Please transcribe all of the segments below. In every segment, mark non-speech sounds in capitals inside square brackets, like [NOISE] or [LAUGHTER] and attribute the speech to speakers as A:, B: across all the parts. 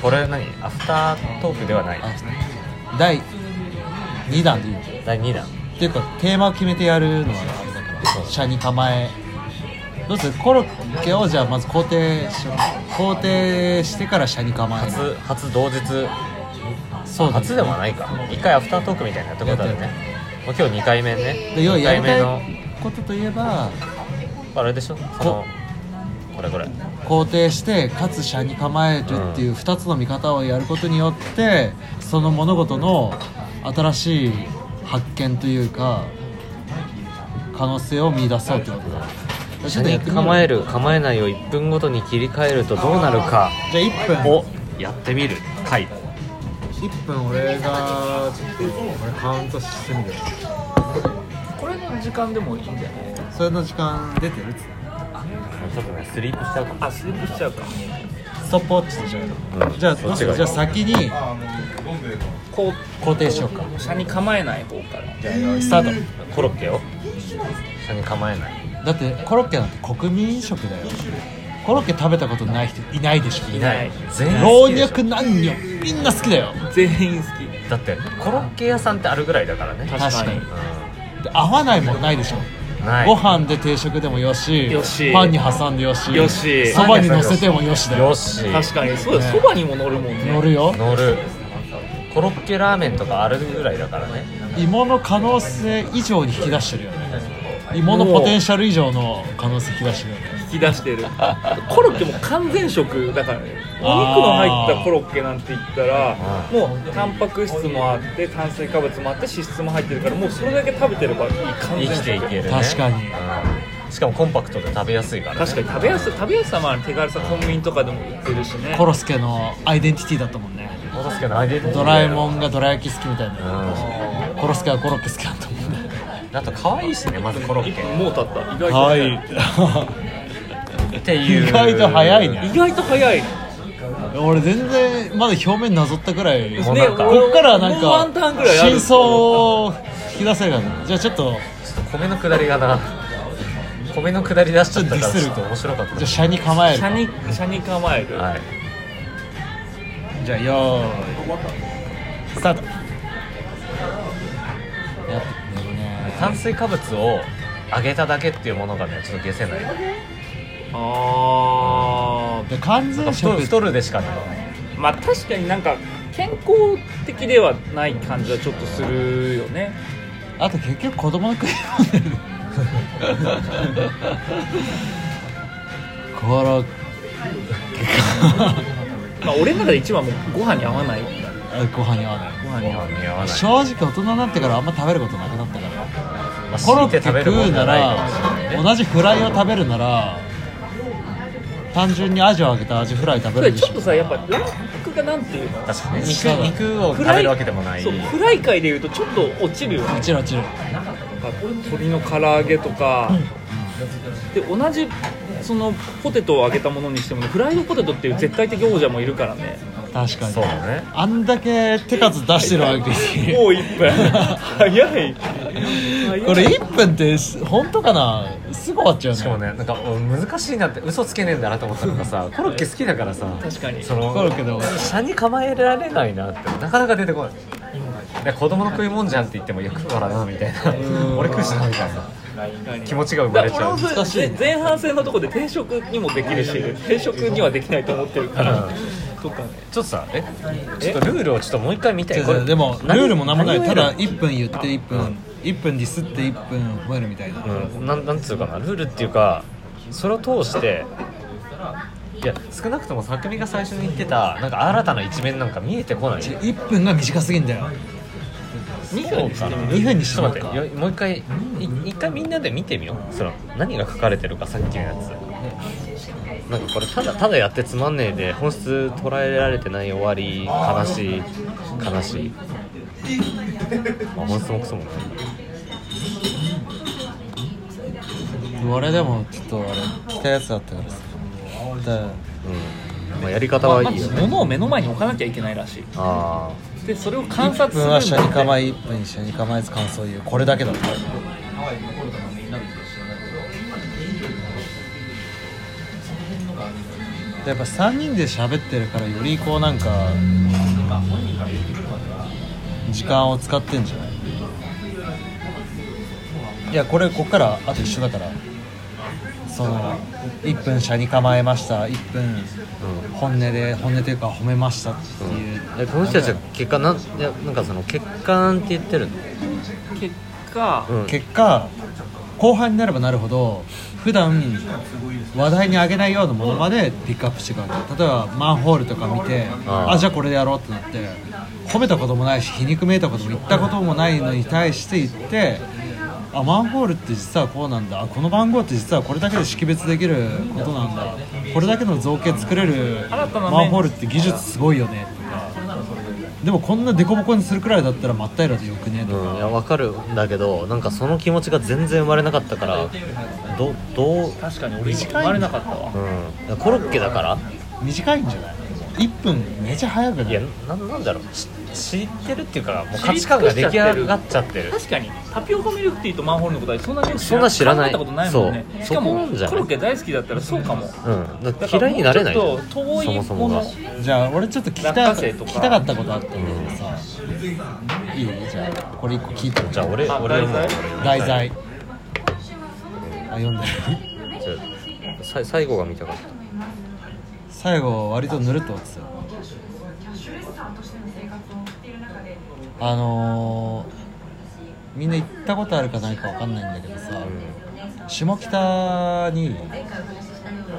A: これ何アフタートークではない
B: あ第2弾でいい
A: 第2弾
B: っていうかテーマを決めてやるのはあれだから車に構えどうするコロッケをじゃあまず肯定し肯定してから車に構える
A: 初初同日
B: そうだね
A: 初でもないか1回アフタートークみたいなやったことある
B: や
A: ね
B: った
A: もう今日2回目ね
B: で要は
A: 2回
B: やりた
A: 目の
B: いことといえば
A: あれでしょそのこれこれ
B: 肯定してかつ車に構えるっていう2つの見方をやることによってその物事の新しい発見というか可能性を見出そうってことだ
A: 車に構え
B: る
A: る構えないを1分ごとに切り替えるとどうなるか
B: じゃあ1分
A: をやってみる回
B: 1分俺がちょっと俺カウントしてみる
C: これの時間でもいいんじゃない
B: それの時間出てる
A: ちょっとねスリープしちゃうかも
C: あスリープしちゃうか
B: ストップウォッチでしょ
A: うん
B: じゃあ
A: そ
B: ど
A: っ
B: う
A: ち
B: す
A: がい
B: る
A: い
B: じゃあ先に
C: こ
B: 肯定しようか
C: う車に構えない方からじゃあ
B: スター
A: コロッケを車に構えない
B: トだってコロッケなんて国民食だよコロッケ食べたことない人いないでしょ
A: いない
C: いない
A: 全員
B: 老
A: 好きでしょ
B: 若男女みんな好きだよ
C: 全員好き
A: だってコロッケ屋さんってあるぐらいだからね
C: 確
B: 確
C: か
B: かに
C: に
B: で合わないもんないでしょ
A: うんない
B: ご飯で定食でもよし
C: よし
B: パンに挟んでよし
C: よし
B: そばに乗せてもよしだよ
A: よし
C: 確かにそうだ
B: ね
C: そばにも乗るもんね
B: 乗るよ
A: 乗るコロッケラーメンとかあるぐらいだからね
B: 芋の可能性以上に引き出してるよね芋のポテンシャル以上の可能性引き出してるよね
C: 引き出してるコロッケも完全食だからねお肉の入ったコロッケなんて言ったら
A: あ
C: もうタンパク質もあって炭水化物もあって脂質も入ってるからもうそれだけ食べてればいい完
A: 生
C: 全
A: き
C: 食
A: ていけるね
B: 確かに
A: うんしかもコンパクトで食べやすいから、ね、
C: 確かに食べやすい食べやすさもある手軽さコンビニとかでも売ってるしね
B: コロスケのアイデンティティだったもんね
A: コロッケの揚げ
B: ドラえも
A: ん
B: んがドラ焼き好きみたいな
A: あ
B: コロスケはコロッケ好きだったもんね
A: と可愛いしねまずコロッケ
C: もう経った意外と
B: は
C: 早
B: い
C: い
A: っていう
B: 意外と早いね
C: 意外と早いね
B: [LAUGHS] 俺全然まだ表面なぞったくらい
A: も
B: こ
A: うなんか
C: 俺
B: っからなん
C: もうワンタン
B: か
C: ぐらいある
B: 真相を引き出せるからねじゃあちょっと
A: ちょっと米のくだりがな米のくだり出しちゃったからちょっと面白かった
B: じゃあ車に構える
C: 車
B: か
C: に車に構える
A: はい
B: じゃあよーいスタートやってくれるね
A: 炭水化物を揚げただけっていうものがねちょっと消せない
C: あ
B: で完
A: なんか太
B: 全食
A: る
B: って
A: 太るでしかない
C: ーまあ確かになんか健康的ではない感じはちょっとするよね
B: あと結局子供の食い物だよねコロッ
C: まあ俺の中で一番もうご飯に合わない
B: あご飯に合
C: [LAUGHS]
B: わない
C: ご飯
A: ご
C: に合わ
A: 飯
C: ない
A: に合わない
B: 正直大人になってからあんま食べることなくなったから
A: まあ
B: コ
A: 強
B: ロッ
A: いて
B: ケ
A: 食べ
B: 食
A: るもんじ
B: う
A: ゃ
B: な
A: ない
B: ら
A: かもしれないね
B: 同じフライを食べるなら単純にアジを揚げたアジフライ食べ
C: そ
B: る
C: れ
B: で
C: ちょっ
B: し
C: と
B: ょ
C: さやっぱランクがなんていうの
A: 確かに肉
B: 下が
A: 肉を食べるわけでもない
C: そうフライ界でいうとちょっと落ちるよね
B: 落ちる落ちる
C: 鶏の唐揚げとか、で同じそのポテトを揚げたものにしてもねフライドポテトっていう絶対的王者もいるからね
B: 確かに
A: そうだね
B: あんだけ手数出してるわけ
C: [LAUGHS] もう1分早い早い
B: これ1分って本当かなすぐ終わっちゃう
A: しかも
B: ね
A: ねなんかお難しいなって嘘つけねえんだなと思ったのがさコロッケ好きだからさ
C: 確かに
A: その
B: コロッケの方が
A: 車に構えられないなってなかなか出てこないで子供の食いもんじゃんって言ってもいや食うからなみたいな俺食うしなみたいな気持ちが生まれちゃう
C: だから俺もそれ
B: 難しい
C: 前半戦のとこで定食にもできるし定食にはできないと思ってるから
A: うん
C: とかね
A: ちょっとさえちょっとルールをちょっともう一回見たいこれ
B: でもル
A: 何
B: ールも何もない
A: 何を
B: た
A: やる
B: だ1分言って1分1分ディスって1分褒めるみたいな
A: うん、なんなんつうかなルールっていうかそれを通していや少なくともさくみが最初に言ってたなんか新たな一面なんか見えてこない
B: 1分が短すぎんだよ
A: 2分にしてみ
B: る二分にしてみるか
A: かもう一回い一回みんなで見てみようその何が書かれてるかさっきのやつなんかこれただただやってつまんねえで本質捉えられてない終わり悲しい悲し [LAUGHS] いあ本質もクソもない
B: 俺でもちょっとあれ来たやつだったからさだから
A: うんまあやり方はいいよね
C: 物を目の前に置かなきゃいけないらしい
A: ああ
C: でそれを観察する
B: 分
C: ん
B: は
C: だ
B: 車に構
C: え
B: え1分車に構えず感想を言うこれだけだったでやっぱ3人で喋ってるからよりこうなんか時間を使ってんじゃないいやこれこっからあと一緒だからその1分車に構えました1分本音で本音というか褒めましたっていう、
A: えこの人たちは結果なんいやなんかその結果なんて言ってるの、
C: 結果、
A: うん、
B: 結果後半になればなるほど普段話題に上げないようなものまでピックアップしていくわけ例えばマンホールとか見て
A: あ
B: あ
A: あ
B: じゃあこれでやろうってなって褒めたこともないし皮肉めいたことも言ったこともないのに対して言ってあマンホールって実はこうなんだあこの番号って実はこれだけで識別できることなんだこれだけの造形作れる
C: 新たな面
B: マンホールって技術すごいよねとかでもこんな凸凹にするくらいだったら真っ平らでよくねとか
A: うん、いや分かるんだけどなんかその気持ちが全然生まれなかったからどどう、
C: 確かに俺今生まれなかったわ
A: うん、コロッケだから
B: 短いんじゃない1分めちゃ早くないい
A: やななんだろうし知ってるっていうかもう価値観が出来上がっちゃってる
C: 確かにタピオカミルクティーとマンホールのことはそんなによく
A: そんな知らない
C: 考えたことないもんね
A: そう
C: しか
A: そ
C: も
A: こなんじゃない
C: コロッケ大好きだったらそうかも
A: うん、だから嫌いになれないじゃん
C: だからもうちょっと遠いもの
A: そもそもが
B: じゃあ俺ちょっと聞きたい
C: 落花生と
B: 聞
C: か
B: きたかったことあったんだけどさ、いいじゃあこれ1個聞いて
A: じゃあ俺
C: あ
A: 俺はもう
B: 題
C: 題
B: 材あ読んでる
A: じゃあさい最後が見たかっ
B: 最後割とぬるっと落ちてたよあのー、みんな行ったことあるかないかわかんないんだけどさ、
A: た、うん、
B: 下北に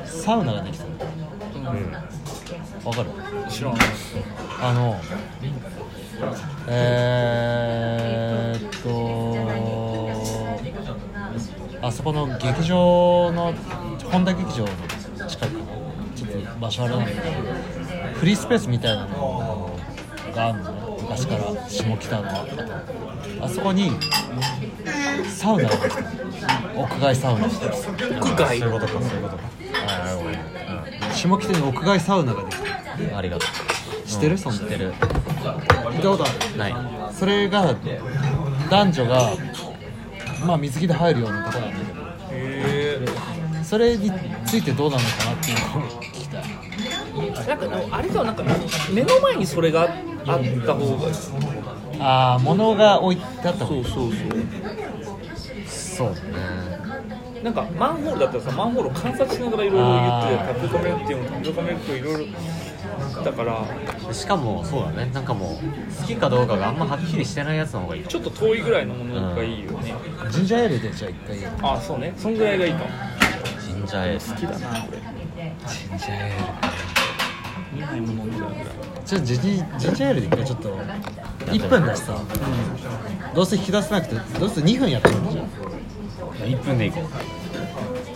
B: サウナができたの
A: うん、
B: わかる
C: 知らない
B: あのえー、っとあそこの劇場の本田劇場の近くかなちょっと場所あれなんだけどフリースペースみたいなのがあるのね昔から下北のあとあそこにサウナができたの屋外サウナ
C: 屋外
A: そういうことかそういうことかあ
B: 下北に屋外サウナができた
A: あごめん、うん、ありがとう
B: 知ってる
A: うん
B: そんな
A: 知ってる
B: 見たことある
A: ない
B: それが男女がまあ水着で入るようなところなんだけ
C: へえ
B: どそれについてどうなのかなっていうのを聞きたい
C: なんかでもあれかなんか目の前にそれがあった方がそう
B: ああ物が置いてあった方
C: そう
B: が
C: そう
B: そうね
C: なんかマンホールだったらさマンホールを観察しながらいろいろ言ってたよタピオカミルクティーもタピオカミルクティーもいろいろだから
A: しかもそうだねなんかもう好きかどうかがあんまはっきりしてないやつの方がいい
C: ちょっと遠いぐらいのものがいいよね、
B: ジンジャーエールでじゃあ一回やる
C: あそうねそんぐらいがいいかも
A: ジンジャーエール好きだな
B: ジンジャーエー
C: 2杯も飲んじゃうぐら
B: ル
C: い
B: ちょっとジンジンジャーエールで一回ちょっと1分だしさ、どうせ引き出せなくてどうせ2分やってるんじゃん
A: 1分でいこう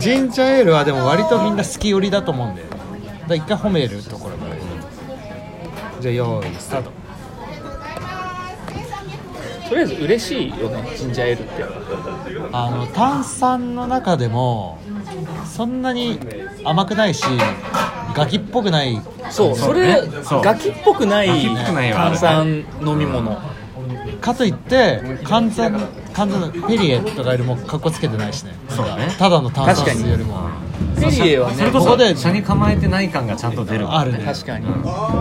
B: ジンジャーエールはでも割とみんな好き寄りだと思うんだよだから一回褒めるところから、じゃあ用意スタート
C: とりあえず嬉しいよねジンジャーエールって
B: あの炭酸の中でもそんなに甘くないしガキっぽくない
C: そうそれ
A: そう
C: ガキっぽくない
A: ガキっぽくないわ
C: 炭酸飲み物
B: かといって完全完全のペリエとかよりもかっこつけてないしね
A: そうだね
B: ただの炭酸水よりも
C: ペリエは
A: それ
C: ね
A: こ
B: ここ
A: そ
B: で
A: 車に構えてない感がちゃんと出る
B: あるね
C: 確かに
B: こ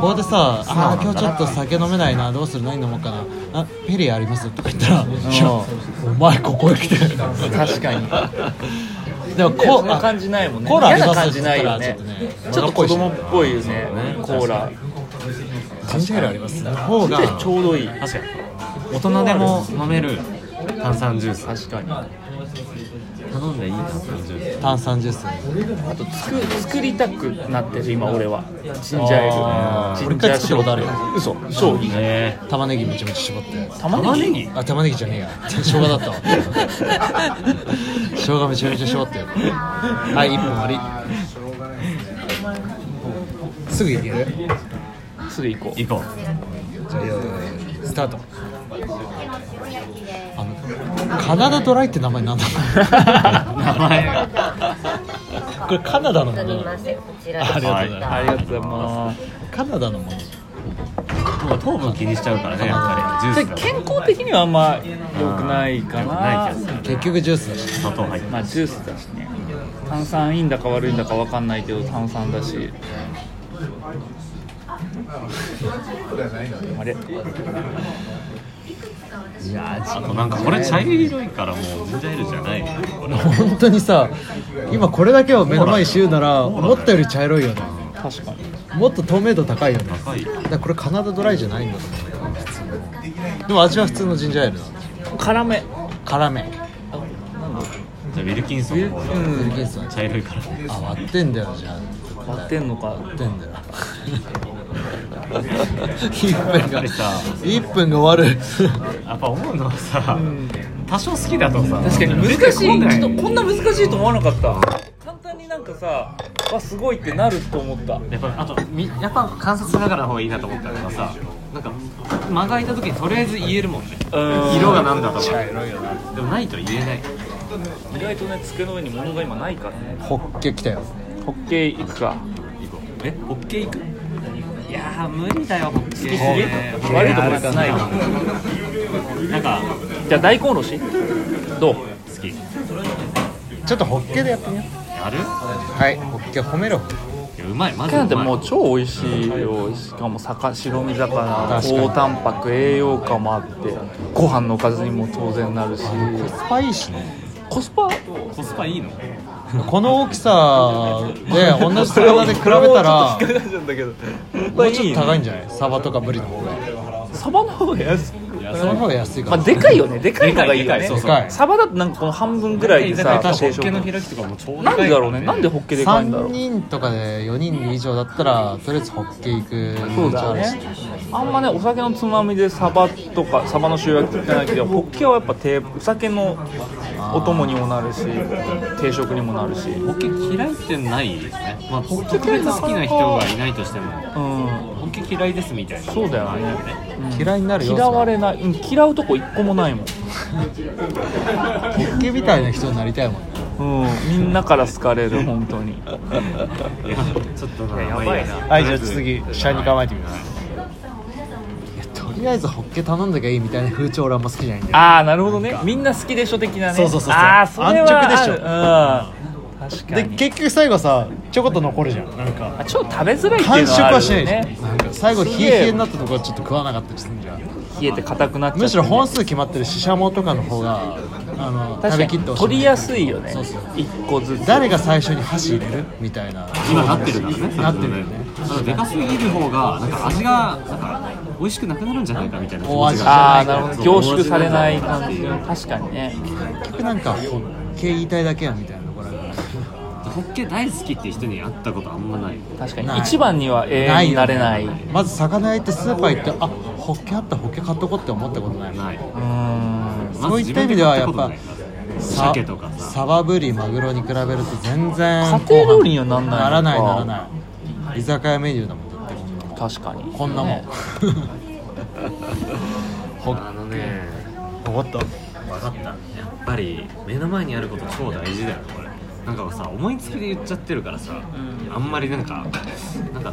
B: こでさ「ああー
A: そう
B: 今
A: なんだ
B: 日ちょっと酒飲めないなどうする何飲もうかなあペリエあります?」とか言ったら「いやお前ここへ来てる」
C: 確かに
B: でも
C: こ
B: こ
C: う
B: うあ
C: 感じないもんね
B: コーラあり
C: 嫌な
B: ます
C: 感
B: って
C: じ
B: 言っ
C: ない
B: たらちょ
C: よね
B: っとね
C: ちょっと子供っぽいよね
A: そうね
C: コーラ
B: ジンジャーエールありますの方が
C: ちょうどいい
A: 確かに大人でも飲める炭酸ジュース
C: 確かにあ
A: 頼んでいい炭酸ジュース
B: 炭酸ジュース
C: とつく作りたくなってる今俺はジンジャーエ
B: あー
C: ールジ
B: 俺
C: ン
B: 一
C: ジャ
B: 回
C: ー
B: 作ったことあるよ
C: 嘘そう
A: え
B: 玉ねぎめちゃめちゃ絞って
C: 玉ねぎ
B: あ玉ねぎじゃねえや生姜だ [LAUGHS] ったわ生姜めちゃめちゃ絞ってはい1分終わりすぐいける
C: すぐ行こう
A: 行こ
B: じゃあよーいスタートあのカナダドライって名前なんだ
A: 名前が
B: [LAUGHS] これカナダのものなの
D: こちら
B: ありがとうござい
C: あ
B: ま
C: りがとうございます
B: すカナダのもの
A: うもう糖分気にしちゃうからねやっぱりジュースだ
C: 健康的にはあんま良くないかな
A: ない気がする
B: 結局ジュースだし
A: 砂糖入って
C: ま
A: ま
C: あジュースだしね
A: う
C: 炭酸いいんだか悪いんだか分かんないけど炭酸だ [LAUGHS] しあれ
A: いやあとなんかこれ茶色いからもうジンジャーエールじゃないこれ
B: 本当にさ今これだけを目の前にし言うなら思ったより茶色いよね
C: 確かに
B: もっと透明度高いよね
A: 高い
B: だからこれカナダドライじゃないんだと思うよ普通のでも味は普通のジンジャーエールなんだ
C: 辛め
B: 辛め
A: じゃあウィルキンソンの方
B: ウ
A: が
B: ィルキンソン
A: 茶色いから
B: あ割ってんだよじゃあ
C: 割ってんのか
B: 割ってんだよ
A: やっぱりさ
B: 1分が1分が終わる
A: やっぱ思うのはさ多少好きだとさ
C: 確かに難し
A: 出
C: い
A: てこない
C: ちょっとこんな難しいと思わなかった簡単になんかさわすごいってなると思った
A: やっぱあとみやっぱ観察しながらの方がいいなと思ったのがさなんか間が空いた時にとりあえず言えるもんね
C: うん
A: 色がなんだとかでもないと言えない
C: 意外とね机の上に物が今ないからね
B: ホッケ来たよ
C: ホッケー行くか
A: えホッケー行く
C: いやー無理だよホッケ
A: ー
C: ー悪いところないよ
A: なんか
C: じゃあ大根おろしどう
A: 好き
B: ちょっとホッケでやってみよ
A: やる
B: うはいホッケ褒めろ
A: いやうまいマジで
C: かなん
A: う
C: て
A: まい
C: もう超美味しいよしかも魚白身魚
B: 確かに
C: 高タンパク栄養価もあってご飯のおかずにも当然なるし
B: スパイしね
C: コスパ
A: コスパいいの
B: この大きさで [LAUGHS] 同じサバで比べたら
C: ちょっと引っかかっちゃうんだけど
B: もうちょっと高いんじゃないサバとかブリの方が
C: サバの方が安い
B: その方が安いか
C: まあ
B: ら
C: でかいよねでかいのがいいよ
A: でかいでかい
C: ね
A: そう
B: そう
C: サバだとなんかこの半分ぐらいでさ
B: 確かに
A: ホッケーの開きとかも超
C: なんでだろうねなんでホッケでかいんだろ
B: 3
C: う
B: 人とかで4人以上だったらとりあえずホッケ行く
C: そうだねあんまねお酒のつまみでサバとかサバの塩焼きってないけどホッケはやっぱ定お酒のお供にもなるし定食にもなるし
A: ホッケー嫌いってないですね、まあ、特別好きな人がいないとしても
C: うん
A: ホッケー嫌いですみたいな
C: そうだよね
B: 嫌いになるよ
C: 嫌われない、うん、嫌うとこ一個もないもん、
B: それホッケみたいな人になりたいもんね
C: うん、みんなから好かれ [LAUGHS] る本当に
A: いやちょっとなやばいな
B: はいじゃあ次シャに構えてみますとりあえずホッケ頼んだきゃいいみたいな風潮俺あんま好きじゃないんだよ
C: ああなるほどねみんな好きでしょ的なね
B: そうそうそうそう
C: ああそれは
B: 安
C: あるうん確か
B: で
C: に
B: 結局最後さちょこっと残るじゃんなんか
C: あちょっと食べづらいっていう
B: 完
C: の
B: 食
C: はあるよ
B: はしないじゃん
C: ね
B: なんか最後冷え冷えになったとこはちょっと食わなかったりするんじゃん
C: 冷えて硬くなっちゃって、ね、
B: むしろ本数決まってるししゃもとかの方があの食
C: 確か
B: べき
C: に
B: ってほしい
C: 取りやすいよね
B: そうそう
C: 一個ずつ
B: 誰が最初に箸入れるみたいな
A: 今なってるからね
B: なってるよね
A: あのでかすぎる方がなんか味がなんか美味しくなくなるんじゃないかみたいな気
B: お
A: 持
B: 味
A: ち
B: が
A: が
C: ああなるほど凝縮されない感じ確かにね
B: 結局なんかホッケ言いたいだけやみたいなところあるから
A: ホッケ大好きっていう人に会ったことあんまない
C: 確か
B: な
C: に
B: い
C: 一番には永遠になれない
B: よねまず魚屋行ってスーパー行ってあホッケあったホッケ買っとこうって思ったことないな
A: ない、
C: うーん
A: ま
B: そうい
A: ず
B: った意味ではやっ
A: 自分
B: ぱ
A: 買たことないから
B: さ
A: 鮭とかさ
B: サバブリマグロに比べると全然
C: 家庭料理にはなんないの
B: な
C: から
B: ないならない居酒屋メニューだもんだってこんなもん
C: 確かに
B: こんな [LAUGHS] もん
C: ね
B: ホッ
A: あのね
B: わかった
A: 分かったやっぱり目の前にあること超大事だよねこれなんかさ思いつきで言っちゃってるからさ、あんまりなんかなんかなんか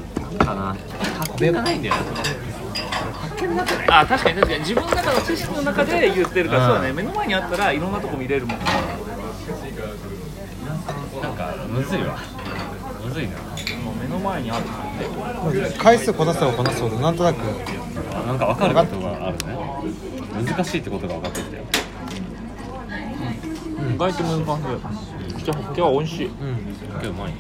A: な発見がないんだよね
C: あ確かに確かに自分の中の知識の中で言ってるから
A: うん
C: そうだね目の前にあったらいろんなとこ見れるもん
A: なんかむずいわむずいな
C: 目の前にあるからね
B: 回数こなせばこなすほどなんとなく
A: なんか分かることがあるね難しいってことが分かってきたよ
C: 意外と難しいじゃあホッケは美味しい
B: うん
A: 今日うまい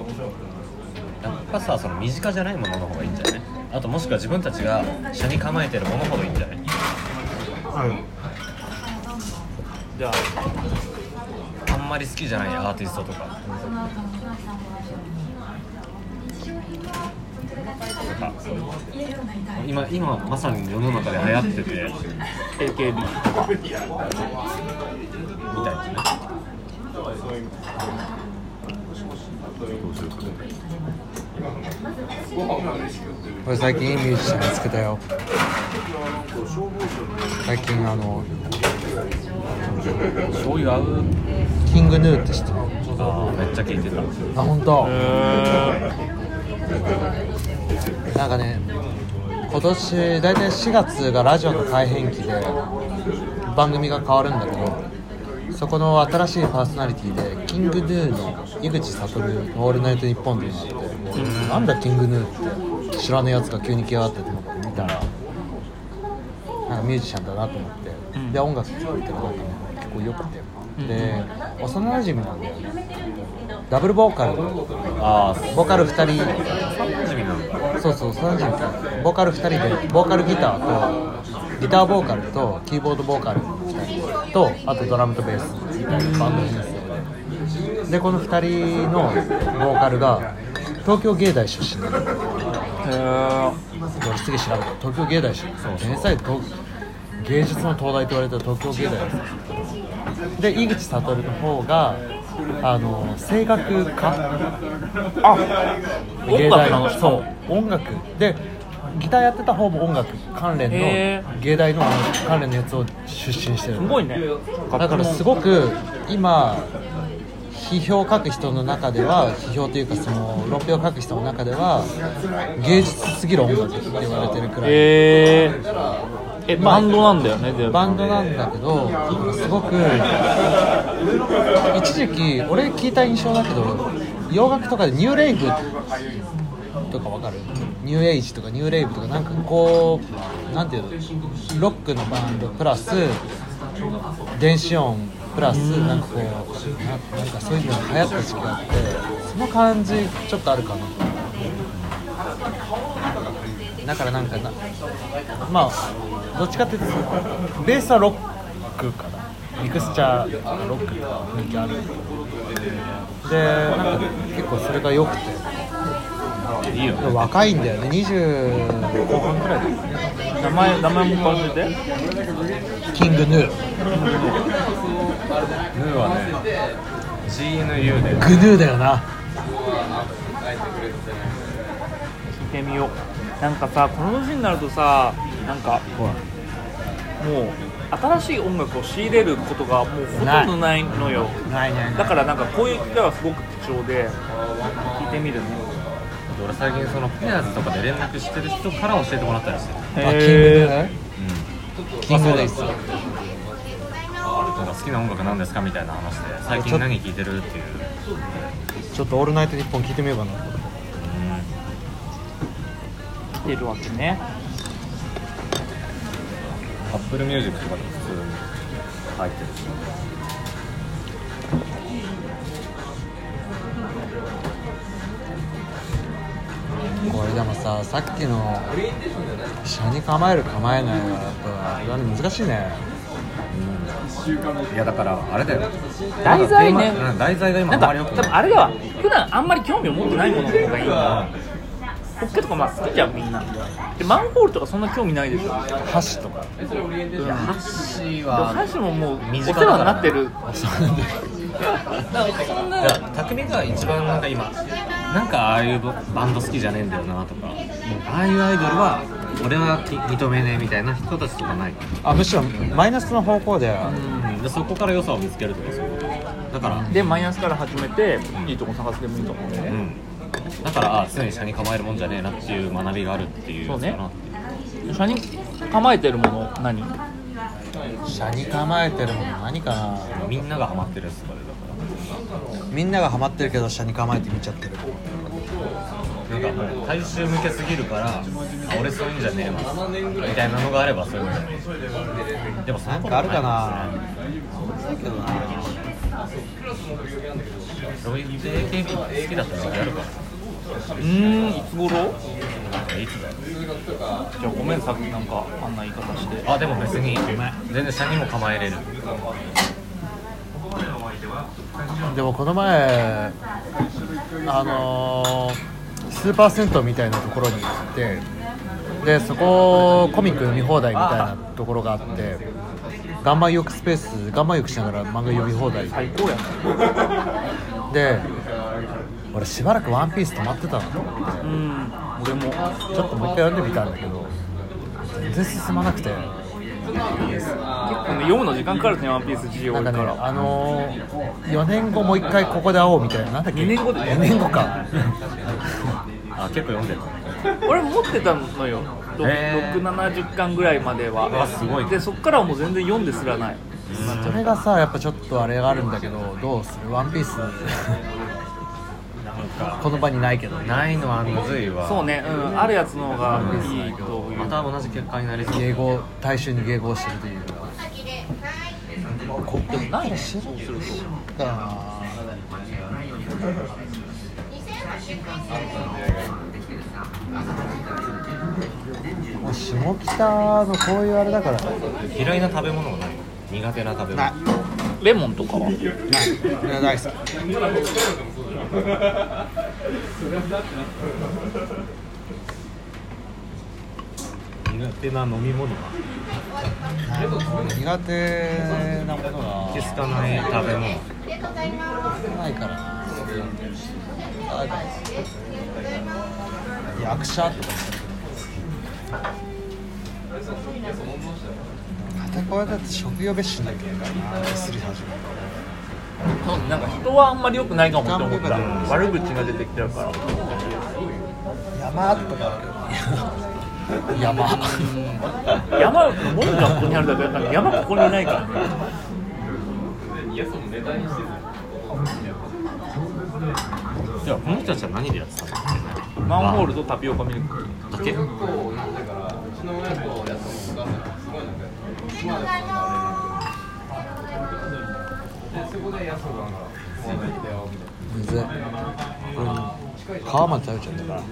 A: やっぱさその身近じゃないものの方がいいんじゃないあともしくは自分たちが車に構えてるものほどいいんじゃない
C: じゃあ
A: あんまり好きじゃないアーティストとかなんか今今まさに世の中で流行っててみたい
C: AKB
A: なね
B: 俺最近いいミュージシャン見つけたよ最近あの
C: 醤油合う
B: キングヌーって知ってる
A: あーめっちゃ聞いてた
B: あ本当
C: へー
B: なんかね今年大体4月がラジオの改編期で番組が変わるんだけどそこの新しいパーソナリティでキングヌーの井口悟の「オールナイトニッポン」でいうのがあって、なんだキングヌーって知らねえやつが急に来やがってと思って見たらなんかミュージシャンだなと思って、で音楽聴いてるなんかね結構よくて、で幼馴染なんだよねダブルボーカルの
D: ああ
B: ボーカル2人
D: 楽しみなのか
B: そうそう3人ボーカル2人でボーカルギターとギターボーカルとキーボードボーカル2人とあとドラムとベースみたいなバンド編成ででこの2人のボーカルが東京芸大出身なの俺すげえ調べた東京芸大出身天才東芸術の東大と言われた東京芸大ですで井口悟の方があの声楽科芸大のそう音楽でギターやってた方も音楽関連
C: へ
B: の芸大の音楽関連のやつを出身してる
C: すごいね
B: だからすごく今批評を書く人の中では批評というかその論評を書く人の中では芸術すぎる音楽って言われてるくらい
C: えー、え
B: まあ
C: バンドなんだよねで
B: バンドなんだけどすごく一時期俺聞いた印象だけど洋楽とかでニューレイブとかわかるニューエイジとかニューレイブとかなんかこうなんていうのロックのバンドプラス電子音プラスなんかこうななんかそういうのが流行った時期があってその感じちょっとあるかなだからなんかなまあどっちかっていうとベースはロックかなミクスチャーがロックとか雰囲気あるでなんか結構それが良くて
C: いいよ
B: 若いんだよね20後半くらいですね
C: 名前名前も忘れて
B: キングヌー
D: ヌーはね GNU で
B: グヌーだよな
C: 聞いてみようなんかさこの年になるとさなんか
B: ほら
C: もう新しい音楽を仕入れることがもうほとんどないのよ
B: ないない
C: だからなんかこういう機会はすごく貴重で聞いてみるね
D: 俺最近そのペアーズとかで連絡してる人から教えてもらったりしてる
B: あキングヌー
C: へ
B: だねキングヌーですよ
D: なんか好きな音楽なんですかみたいな話で最近何聴いてるっていう
B: ちょっと「オールナイトニッポン」聞いてみようかな
C: ー来てるわけね
D: アップルミュージックとかでも普通に入ってるし
B: これでもささっきの「車に構える構えない」はやっぱあれ難しいね
D: いやだからあれだよ
C: 題材ね
D: うん題材が今
C: な
D: あ
C: んか
D: んまりよく
C: 多
D: な
C: 分
D: い
C: あれだわ普段あんまり興味を持ってないものの方がいいんだホッケとかまあ好きじゃんみんなでマンホールとかそんな興味ないでしょ
B: 箸とか
D: いやハッシー
C: でも
D: は
C: 箸ももうお
D: 身
C: 世
D: 近だ
C: 話に
D: から
C: なってる
D: いや匠が一番なんか今なんかああいうババンド好きじゃねえんだよなとかもうああいうアイドルは俺はき認めねえみたいな人たちとかない
B: あむしろマイナスの方向で
D: でそこから良さを見つけるとかそういうことだから
C: でマイナスから始めていいとこ探すでもいいと思うね
D: だからあ常に車に構えるもんじゃねえなっていう学びがあるっていう
C: そうね
D: やつ
C: 車
D: かな
C: に構えてるもの何
B: 車に構えてるもの何かな
D: みんながハマってるやつとかで
B: みんながハマってるけど車に構えて見ちゃってる
D: だからなんかもう大衆向けすぎるからあ俺そういうんじゃねえわみたいなのがあればそういうのじゃないでもそ
B: な
D: の
B: ん
D: こ
B: か
D: と
B: あるか
D: な
B: ない
D: で
B: そうけどな
D: すね俺 JKB 好きだった時期あるか
C: うーんいつ頃
D: らなんかいつだよ
C: じゃあごめんさっきなんかあんな言い方して
D: あでも別に全然車にも構えれる
B: でもこの前あのースーパー銭湯みたいなところに行ってでそこコミック読み放題みたいなところがあって岩盤浴スペース岩盤浴しながら漫画読み放題
C: 最高や
B: で俺しばらく「ワンピース止まってたのと思って
C: なうん俺も
B: ちょっともう一回読んでみたんだけど全然進まなくて
C: 結構ね読むの時間かかるねワンピース需要
B: な
C: 多
B: んか
C: いか
B: ね
C: ら
B: あのー、4年後もう一回ここで会おうみたいななんだっけ
C: 二年後で
B: 2年後か
D: あ結構読んでる
C: 俺持ってたのよろ
D: へー
C: 670巻ぐらいまでは
D: わすごい
C: でそっからはもう全然読んですらない
B: まあそれがさやっぱちょっとあれがあるんだけどどうするワンピース
A: なんか
B: この場にないけど
A: ないのはむずいわ
C: そうね、うん、あるやつの方がいいという
A: また同じ結果になりそう
B: 迎合大衆に迎合してるというか
C: でもないね知らんすると
B: だからもう下北のこういうあれだから
A: 嫌いな食べ物はない苦手な食べ物
D: な
C: レモンとかはい
D: ない俺は大好き
A: 苦手な飲み物は
B: 苦手なもの
A: 気づ
B: が
A: かない食べ物
B: ないからな役者とか片子はだって職業別視しなきゃいけないからな S3 始まる
C: なんか人はあんまり良くないかもって思った
B: あんま良く
C: 悪口が出てきちゃうから
B: 山とかあるけど [LAUGHS] 山
C: 山門がここにあるだけだから山ここにいないからね
A: じゃあこの人たちは何でやってたの
C: マンホールとタピオカミルク
A: だけ
B: 全然俺川まで食べちゃうんだから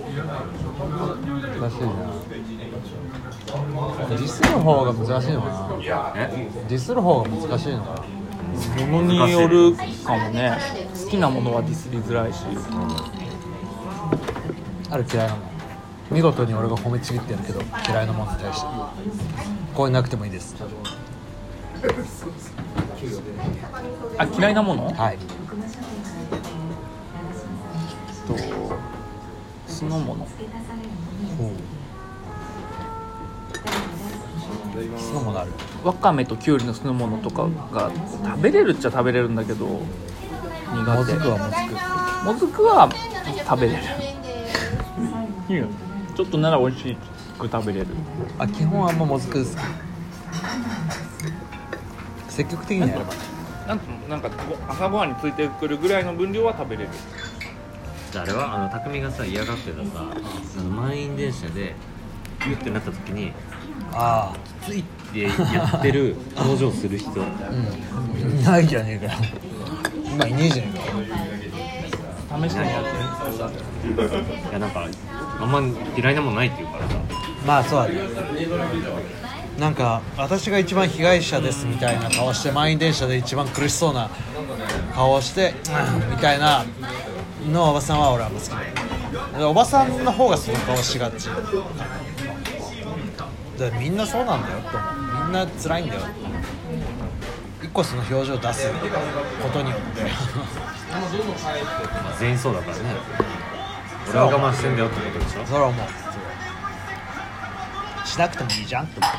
B: 難しいなディスる方が難しいのか
A: え
B: なディスる方が難しいのかな
C: ものによるかもね好きなものはディスりづらいし
B: ある嫌いなもん見事に俺が褒めちぎってやるけど嫌いなもんに対してこういうなくてもいいです
C: あ嫌いなもの
B: はい
C: と酢の物
B: 酢の物ある
C: わかめときゅうりの酢の物とかが食べれるっちゃ食べれるんだけど
B: も
C: 苦手
B: ずくはもずく
C: もずくは食べれるちょっとなら美味しく食べれる
B: あ基本あんまもずくです積極的にやれば
C: なんかなんかご朝ごはんについてくるぐらいの分量は食べれる
A: じゃああれはあの匠がさ嫌がってたさあの満員電車でギュッてなった時に
B: あ
A: ついってやってる表情する人
B: あうん [LAUGHS] ないじゃねえかよ今いねえじゃねえかよ
C: 試してみや
A: いやなんかあんま嫌いなもんないっていうからさ
B: まあそうだねなんか私が一番被害者ですみたいな顔して満員電車で一番苦しそうな顔をして [CLEARS THROAT] うんみたいなのおばさんは俺はあんま好きだよおばさんの方がその顔しがちだからみんなそうなんだよって思うみんな辛いんだよ一個その表情を出すことによって [LAUGHS]
A: まあ全員そうだからね俺は我慢してんだよってことでしょ
B: それは思うしなくてもいいじゃんって思う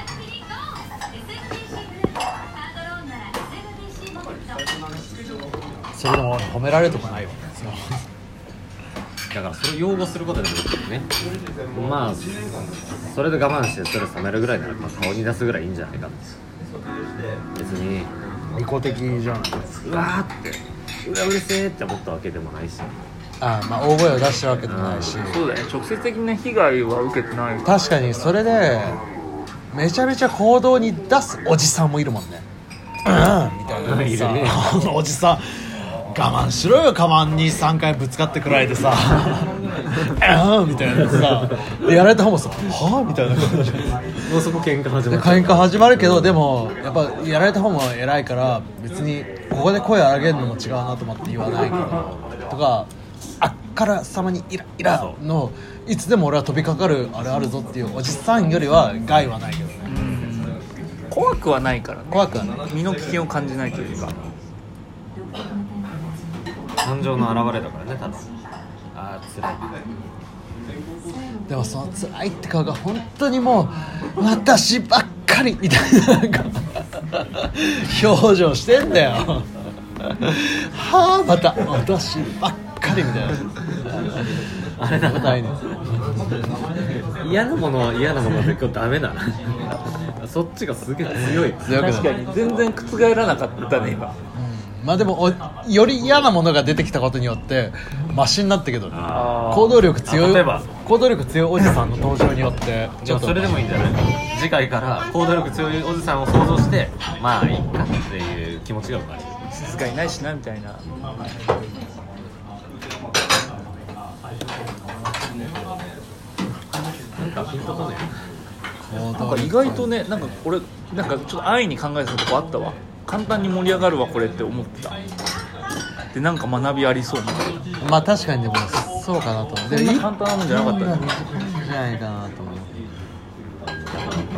B: それでも俺褒められるとこないわ
A: だからそれを擁護することでもいいけどねまあそれで我慢してストレス溜めるぐらいなら、まあ、顔に出すぐらいいいんじゃないかな別に
B: 利己的じゃないう
A: わーってうわうるせえって思ったわけでもないし
B: ああまあ大声を出してるわけでもないし
C: そうだよね直接的な被害は受けてない
B: 確かにそれでめちゃめちゃ行動に出すおじさんもいるもんねうんみたいなさ
A: いるね
B: あのおじさん我慢しろよカバンに3回ぶつかってくられて [LAUGHS] さ「うん」みたいなさでやられた方もさ「はあ?」みたいな感じ
A: もうそこ喧嘩始ま
B: で
A: っ
B: 会員化始まるけどでもやっぱやられた方も偉いから別にここで声荒げるのも違うなと思って言わないけどとかあっからさまにイライラのいつでも俺は飛びかかるあれあるぞっていうおじさんよりは害はないけどね
C: 怖くはないからね
B: 怖くはない
C: 身の危険を感じないというか
A: 感情の表れだからねただああ辛い
B: でもその辛いって顔が本当にもう私ばっかりみたいななんか表情してんだよはあまた私ばっかりみたいな
D: あれだ
B: 答
D: な
B: えね
D: 嫌なものは嫌なもので今日ダメ [LAUGHS] だなそっちがすげえ強い
B: 強くな
C: 確か
B: る、
C: に全然覆らなかったね今
B: まあでもおより嫌なものが出てきたことによってマシになったけどね
D: あ
B: 行動力強い
D: 例えば
B: 行動力強いおじさんの登場によって
D: ー
B: ち
D: [LAUGHS] じ
B: ょ
D: ゃ
B: っ
D: あ
B: と
D: それでもいいんじゃない次回から行動力強いおじさんを想像してまあいいかっていう気持ちが生まれる
C: 静かいないしなみたいな
D: なんかピンとこね
B: 行
C: なん
B: 動
C: か
B: 力
C: 意外とねなんかこれなんかちょっと安易に考えてたとこあったわ簡単に盛り上がるわこれって思ったでなんか学びありそうみたいな
B: まあ確かにでもそうかなと思うで
C: そん
B: 一
C: な簡単なもんじゃなかった
B: 本が
C: ね
B: 短いんじゃないかなと思う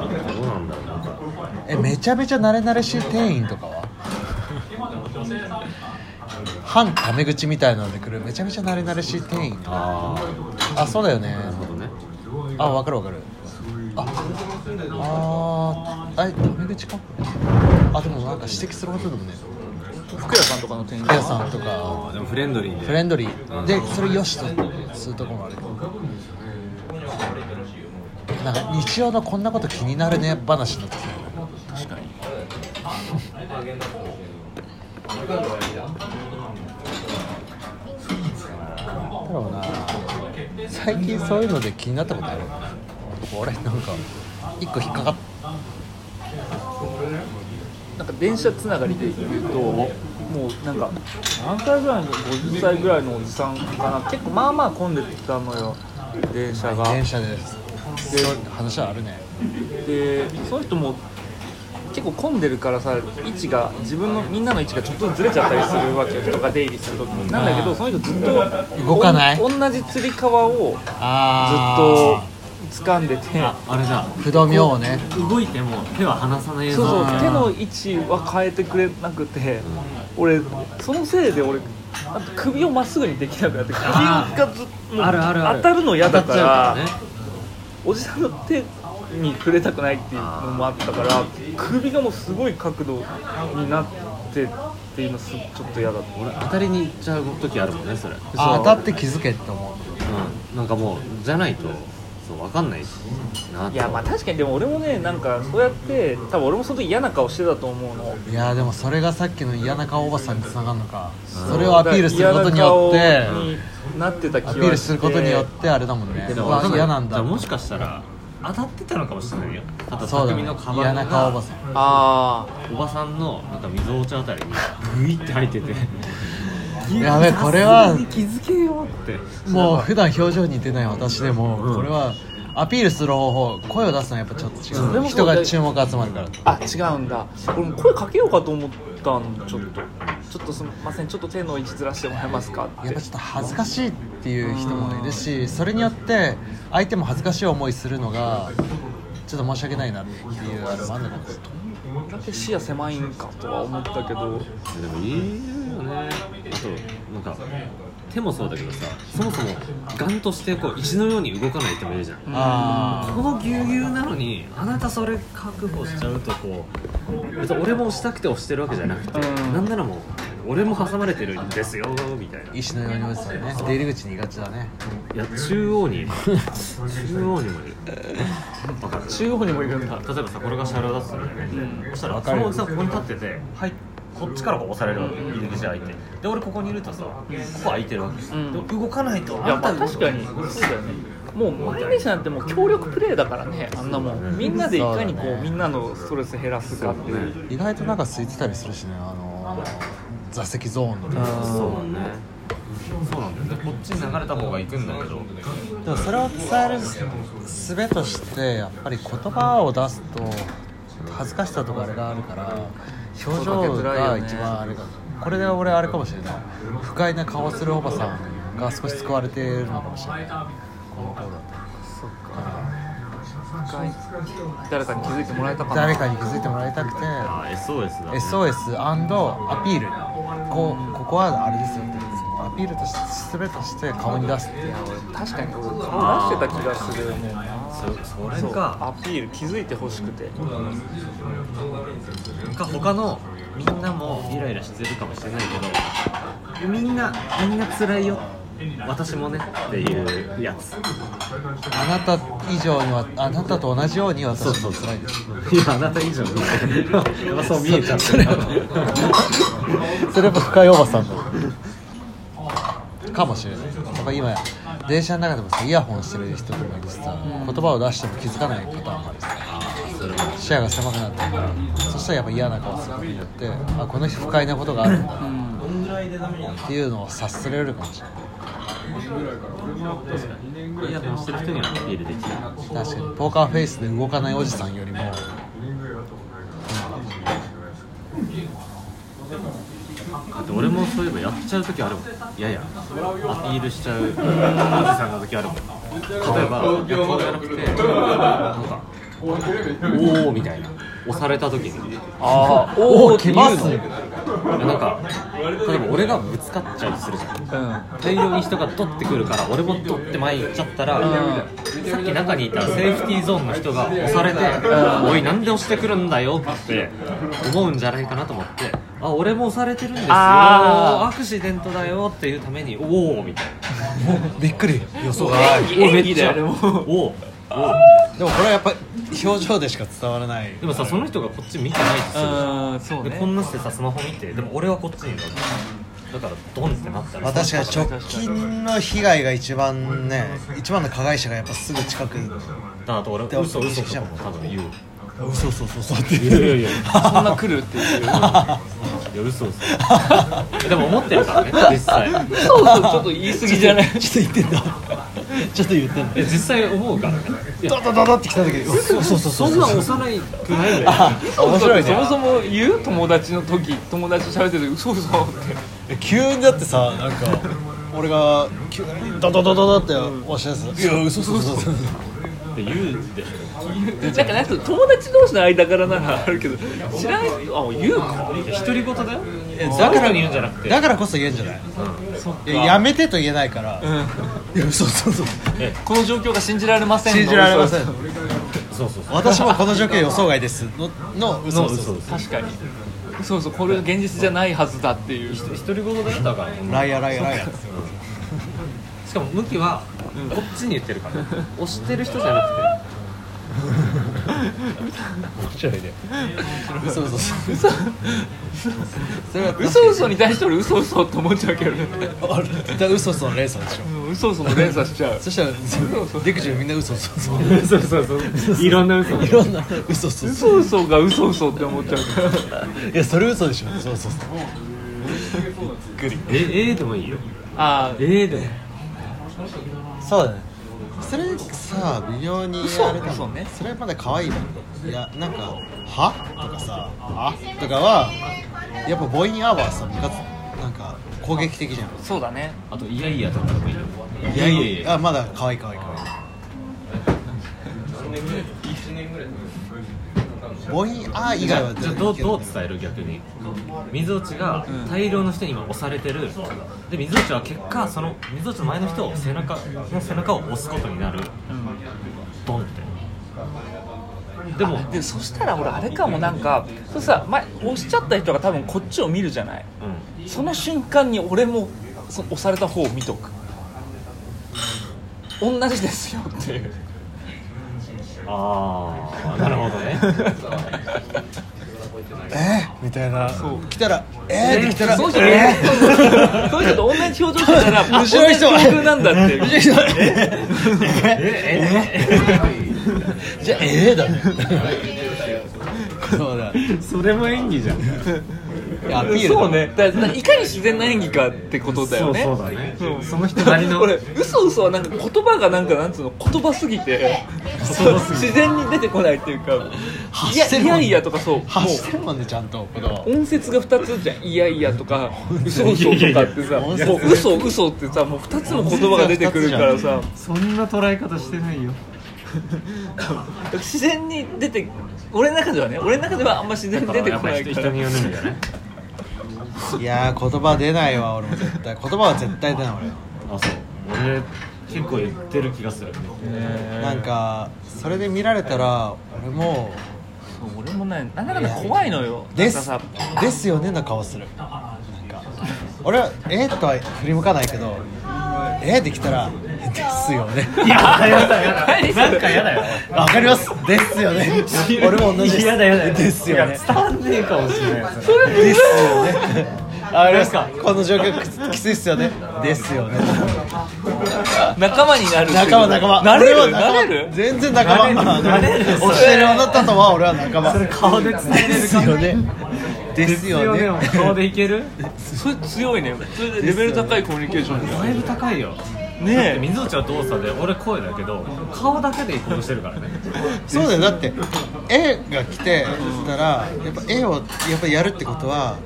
D: えなどうなんだろうなんか
B: えめちゃめちゃ慣れ慣れしい店員とかは反タメ口みたいなので来るめちゃめちゃ慣れ慣れしい店員
D: あ
B: あそうだよね
D: あなるほどね
B: あ分かる分かるああーあれタメ口かあでもなんか指摘することでもね
C: 服屋さんとかの店員
B: ペアさんとか
D: あーでもフレンドリーで
B: フレンドリーでそれよしとするとこもあるなんか日曜のこんなこと気になるね話になってきた
C: 確かに
B: なんだろうな最近そういうので気になったことある俺なんか一個引っかかっ
C: なんか電車つながりで言うともうなんか何歳ぐらいの50歳ぐらいのおじさんかな結構まあまあ混んでたのよ電車が
B: た電車ですそういう話はあるね
C: でその人も結構混んでるからさ位置が自分のみんなの位置がちょっとずれちゃったりするわけよ人が出入りするときになんだけどその人ずっと
B: 動かない
C: おん同じつり革をずっと
B: あ
C: 掴んでて
D: ああれだ
B: ずっと不動明王ね
D: 動いても手は離さないよ
C: そうそう
B: あー
C: 手の位置は変えてくれなくて俺そのせいで俺あと首をまっすぐにできなくなって首
D: あ
C: がずっ
D: あるあるある
C: 当たるの嫌だか
D: 当
C: ら
D: たっちゃう
C: おじさんの手に触れたくないっていうのもあったから首がもうすごい角度になってっていうのすちょっと嫌だった
D: からね俺当たりに行っちゃう時あるもんねそれ
B: あ
D: そ
B: 当
D: う
B: たって気づけって思う
D: うんなんかもうじゃないとそう分かんないしなって
C: いやまあ確かにでも俺もねなんかそうやって多分俺もその時嫌な顔してたと思うの
B: いやーでもそれがさっきの嫌な顔おばさんにつながるのか
D: うん
B: それをアピールすることによっ
C: 嫌な
B: て
C: 顔になってた気が
B: ア
C: して
B: ピールすることによってあれだもんね
D: で
B: う
D: も
B: わ
D: 分かんい
B: 嫌なん
D: じゃ
B: だ
D: あもしかしたら当たってたのかもしれないよあと
B: そうだ、
D: 匠
B: ね
D: のカ、バ
B: 嫌
D: ン
B: な
D: が
B: 顔おばさん
C: ああ
D: おばさんのなんか溝落ちあたりにグイって入ってて
B: やべこれは
D: さすがに気づけよって
B: もう普段表情に出ない私でも、
D: うん
B: これはアピールする方法声を出すのはやっぱちょっと違う、
C: でも
B: 人が注目集まるから
C: あ違うんだ俺も声かけようかと思ったんちょっとちょっとすみませんちょっと手の位置ずらしてもらえますか
B: や
C: っ
B: ってぱちょっと恥ずかしいっていう人もいるしそれによって相手も恥ずかしい思いするのがちょっと申し訳ないなっていうあれもあるのかもしれない
C: こんだけ視野狭いんかとは思ったけど
D: でもいいよねあとなんか手もそうだけどさそもそもガンとしてこう石のように動かない手もいるじゃん
B: あ
D: このぎゅうぎゅうなのにあなたそれ確保しちゃうとこう別に俺も押したくて押してるわけじゃなくて、
C: うん
D: なんならもう俺も挟まれてるんですよみたいな
B: あ石のように落ちたね出入り口にいがちだね
D: いや中央に中央にもいる
A: [LAUGHS]
D: わかる
C: 中央にもいるんだ
D: 例えばさこれが車両だとするんだよね、そしたらそのおじさんここに立っててはいこっちからこう押されるわけ入り口開いてで俺ここにいるとさここ開いてるわけ、
C: ん
D: で動かない
C: い
D: と
C: や
D: あん
C: まあ
D: た動
C: 確
D: く
C: かにそうだよねもう満員電車なんてもう協力プレーだからねあんなもんみんなでいかにこ
B: そうだ
C: う
B: ね
C: みんなのストレス減らすかっていう
B: 意外となんか空いてたりするしねあのー座席ゾーンのね
D: そうだねそうなんだよねこっちに流れた方が行くんだけど
B: でもそれを伝える術としてやっぱり言葉を出すと恥ずかしさとかあれがあるから表情が一番あれがこれで俺あれかもしれない不快な顔するおばさんが少し救われているのかもしれないこの顔だ
C: そっか誰かに気づいてもらえた
B: と
C: かな
B: 誰かに気づいてもらいたくて
D: あ SOS だ、ね、
B: SOS& アピールこうここはあれですよってアピールとして全てとして顔に出すっていうのは確かに俺
C: 顔出してた気がするねんな
A: そ
C: そう
A: れか
C: アピール気づいてほしくて
A: か他のみんなもイライラしてるかもしれないけどみんなみんな辛いよ私もねっていうやつ
B: あなた以上にはあなたと同じように私も辛いです
A: いやあなた以上にやっ [LAUGHS] ぱそう見えちゃってる
B: それも深いおばさんのかもしれないやっぱ今電車の中でもさイヤホンしてる人とかいるしさ言葉を出しても気づかないパターンもあるしさ視野が狭くなってるからそしたらやっぱ嫌な顔することによってあこの人不快なことがあるんだっていうのを察すれるかもしれない
A: いやでもしてる人にはアピールできる
B: 確かにポーカーフェイスで動かないおじさんよりも
A: だって俺もそういえばやっちゃう時あるもんいやいやアピールしちゃうおじさんの時あるもん例えばいやこうじゃなくてなんかおおみたいな押された時に
C: ああ
B: お
C: お
B: お
C: お
B: 来ます
C: うん
A: なんか例えば俺がぶつかっちゃうとするじゃん大量に人が取ってくるから俺も取って前行っちゃったらさっき中にいたセーフティーゾーンの人が押されて「おいなんで押してくるんだよ」って思うんじゃないかなと思って「あ俺も押されてるんですよ
C: あ
A: アクシデントだよ」っていうために「おお」みたいな
B: びっくり予想が
A: 「おめ
C: 演
A: っ
C: 技
A: ち
C: だ
A: ゃ
C: よあれも
A: おお
B: でもこれはやっぱ表情でしか伝わらない
A: でもさその人がこっち見てないですよ
C: そう
A: で
C: ね
A: こんなしてさスマホ見てでも俺はこっちにいるわけだからドンってなったら
B: まあ、確かに直近の被害が一番ね一番の加害者がやっぱすぐ近くに
A: だからあと俺
B: でも
A: 嘘嘘とかも多分言う
B: そうそうそうそうって
A: いやいやいや
C: そんな来るっていう
A: いや嘘嘘 [LAUGHS] でも思ってる
B: [LAUGHS]
A: からね実際
C: そうそうちょっと言い過ぎじゃない
B: ちょっと言ってんだちょっと言ってんだ
A: え実際思うからねいや
B: ダダダダって来た時にそうそうそう
A: そんな幼いくないんだよ
B: 面白い
C: そも
B: ね
C: そも言う友達の時友達と喋ってる時嘘嘘っ
B: [LAUGHS]
C: て
B: 急にだってさなんか俺が急にダダダダダって押し出すいや嘘そうそうそう
A: って言うでし
C: なんかなんか友達同士の間柄ならあるけど知らないあ [LAUGHS] 言うか
A: ょ独り言だよ
B: え
A: だから言うんじゃなくて
B: だからこそ言えんじゃない,、いややめてと言えないから、いや嘘そうそう
C: この状況が信じられませんの
B: 信じられません
C: 嘘
A: そうそうそう
B: 私もこの状況予想外ですのの嘘
A: の
B: そうそ
A: 嘘
B: う
A: 嘘
C: 確かにそうそうこれが現実じゃないはずだって [LAUGHS] いう
A: 独り言だよだから
B: ライアーライアーライアー
A: しかも向きはこっちに言ってるからね押してる人じゃなくて面白いね
B: 嘘嘘嘘それは
C: 嘘嘘に対して俺嘘嘘って思っちゃうけどね
B: あれ絶対嘘嘘の連鎖でしょ
C: うん嘘嘘の連鎖しちゃう
B: そしたら陸中みんな嘘嘘嘘
A: そうそうそういろんな嘘
B: いろんな嘘嘘嘘
C: 嘘嘘が嘘嘘って思っちゃうか
B: い
C: ら
B: やそれ嘘でしょそうそうそう
A: ええでもいいよ
C: あ
A: ええでも
B: そうだねそれさ微妙に
C: 嘘
B: あれだも
C: 嘘
B: ん
C: ね
B: それはまだ可愛いもんいやなんか「は?」とかさ「あ?」とかはやっぱ母音アワーさムカつなんか攻撃的じゃん
C: そうだね
A: あといやいやとかでもいいよ
B: いやいやいやあまだ可愛い可愛い可愛い母音「あ」以外は
A: じゃあ
B: 全
A: どう
B: 然
A: どう伝える逆に水落ちが大量の人に今押されてるで水落ちは結果その水落ちの前の人を背中の背中を押すことになるドンってでも
C: でそしたら俺あれかもなんかそうさ前押しちゃった人が多分こっちを見るじゃないその瞬間に俺もその押された方を見とく同じですよっていう
A: ああなるほどね
D: [LAUGHS]
B: えーみたいな来たら「えーって来たら「
C: そうじゃ
B: え
C: ない
B: ー
C: そういう人と同じ表情してたら
B: [LAUGHS] 面白い人
C: 同じ境遇なん
B: [LAUGHS]
C: だっていう
B: じゃあええだねそうだ
A: それも演技じゃん
B: いやアピールだ
C: そうねだからいかに自然な演技かってことだよね
A: そうそうだね
C: うん
A: その人なりの
C: 俺嘘嘘はなんか言葉がなんかなんつうの言葉すぎて
A: 葉すぎて
C: 自然に出てこないっていうかい
B: 発
C: や
B: してる
C: い
B: もん
C: や
B: ね
C: いやとかそうも
B: 発してるもんねちゃんとこれは
C: う音節が2つじゃんいやいやとか嘘嘘とかってさも
B: 音
C: う
B: 節
C: 嘘嘘ってさもう2つの言葉が出てくるからさ
A: そんな捉え方してないよ
C: [LAUGHS] 自然に出て俺の中ではね俺の中ではあんま自然に
A: だか
C: 出
A: ら
C: て
A: やっ
C: こ
A: ぱ
C: な
A: り
C: い
A: 人
C: か
A: 人
C: ら
A: によるんじゃない
B: いやー言葉出ないわ俺も絶対言葉は絶対出ない俺
D: あそう俺結構言ってる気がする
B: なんかそれで見られたら俺も
C: 俺もねなんだかんだ怖いのよ
B: で
C: なん
B: す
C: かさ
B: ですよねな顔するなんか俺はえー、とは振り向かないけどえー、できたらですよね
D: いややだやだなんかやだよ
B: わかりますですよね俺も同じです
D: やだやだ
B: ですよね
D: いや伝わんねえかもしれないそれ
B: ですよねあれですか
D: なん
B: この状況ききついっすよねですよね
C: 仲間になるっていう
B: 仲間仲間
C: なれ
B: 俺は
C: る
B: 仲間
C: なれる
B: 全然仲間
D: なれるなれる
B: 教えるようになったとは俺は仲間
D: それ顔で伝えれ
B: で
D: る
B: す
D: か
B: よねで
D: ですすよ
B: よ
D: ね
B: ね
D: も顔でいける
C: それ強いねそれでレベル高いコミュニケーションじゃ
D: だいぶ高いよ
C: んねえ
D: 水落は動作で俺声だけど顔だけで移行してるからね
B: そうだよだって A が来てたらやっぱ A をやっぱやるってことは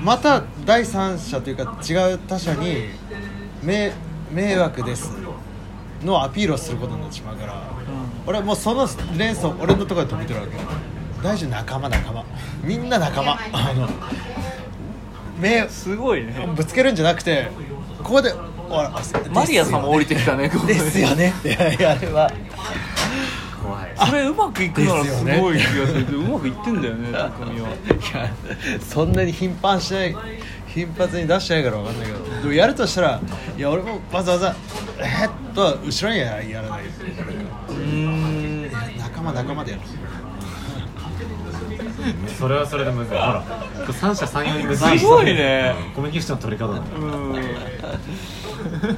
B: また第三者というか違う他者に迷迷惑ですのアピールをすることになってしまうから、俺はもうその連鎖を俺のところで止めてるわけ大事仲間仲間みんな仲間あの目
C: すごいね
B: ぶつけるんじゃなくてここでおいあ
C: マリアさんも降りてきたねここで
B: ですよねいやいやあれは
D: 怖い
C: それうまくいくなら
B: です
C: す
B: よね
C: ごい気がするけどうまくいってんだよねツッコミはい
B: やそんなに頻繁しない頻発に出してないから分かんないけどでもやるとしたらいや俺もわざわざ「えっ?」とは後ろにはやらないうん仲間仲間でやる
D: それはそれで難しいほらこれ三者三様に難しい
C: すごいね
D: コミュニケーションの取り方なんだよ
C: う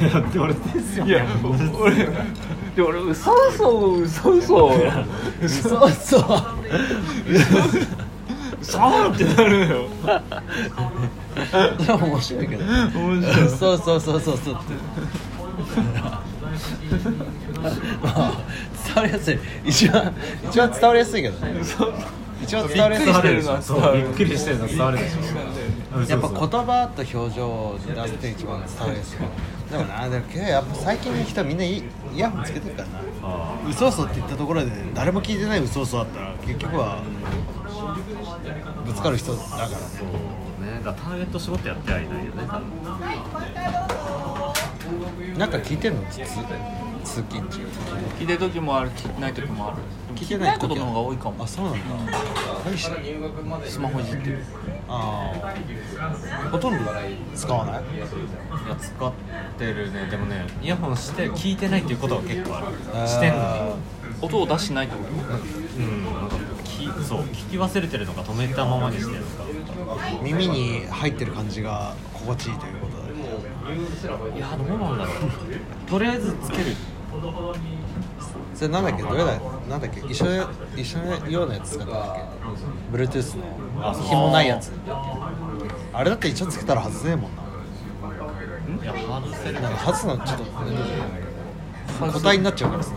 D: いやで俺ですよ
C: んいや俺で俺嘘嘘嘘嘘
B: そうそう
C: 嘘ってなるのよ
B: でも面白いけど
C: 面白い
B: そうそうそうそうそうって [LAUGHS] まあ伝わりやすい一番一番伝わりやすいけどね一番伝わりやすい
C: びっくりしてる
D: そうびっくりしてるの伝わるでしょ
B: やっぱ言葉と表情を出すって一番伝わるんですよでもなでもけどやっぱ最近の人はみんなイイヤホンつけてるからな
D: あ
B: 嘘嘘って言ったところで誰も聞いてない嘘嘘だったら結局はぶつかる人だからね
D: ーそうねだからターゲット絞ってやってはいないよね多分
B: なんか聞いてんのつ通勤中
C: 聞いてる時もある聞いてない時もある
B: 聞
C: 聞
B: い
C: い
B: て
C: て
B: な
C: ないい
B: 時
C: ことの方が多いかも
B: あそうなんだ何してる
C: スマホいじってる
B: ああほとんど使わない
D: いや使ってるねでもねイヤホンして聞いてないっていうことは結構ある
B: あ
D: してんの
C: 音を出してないってこと
D: にうんなんかきそう聞き忘れてるのか止めたままにしてるのか
B: 耳に入ってる感じが心地いいということだね
D: いやどうなんだろうとりあえずつける
B: それなんだっけどれだなんだっけ一緒一緒のようなやつ使ったんだっけ Bluetooth の紐ないやつあれだって一応つけたら外せねえもんない
D: や外せる
B: なんか外すのちょっと面倒じゃない答えになっちゃうからさ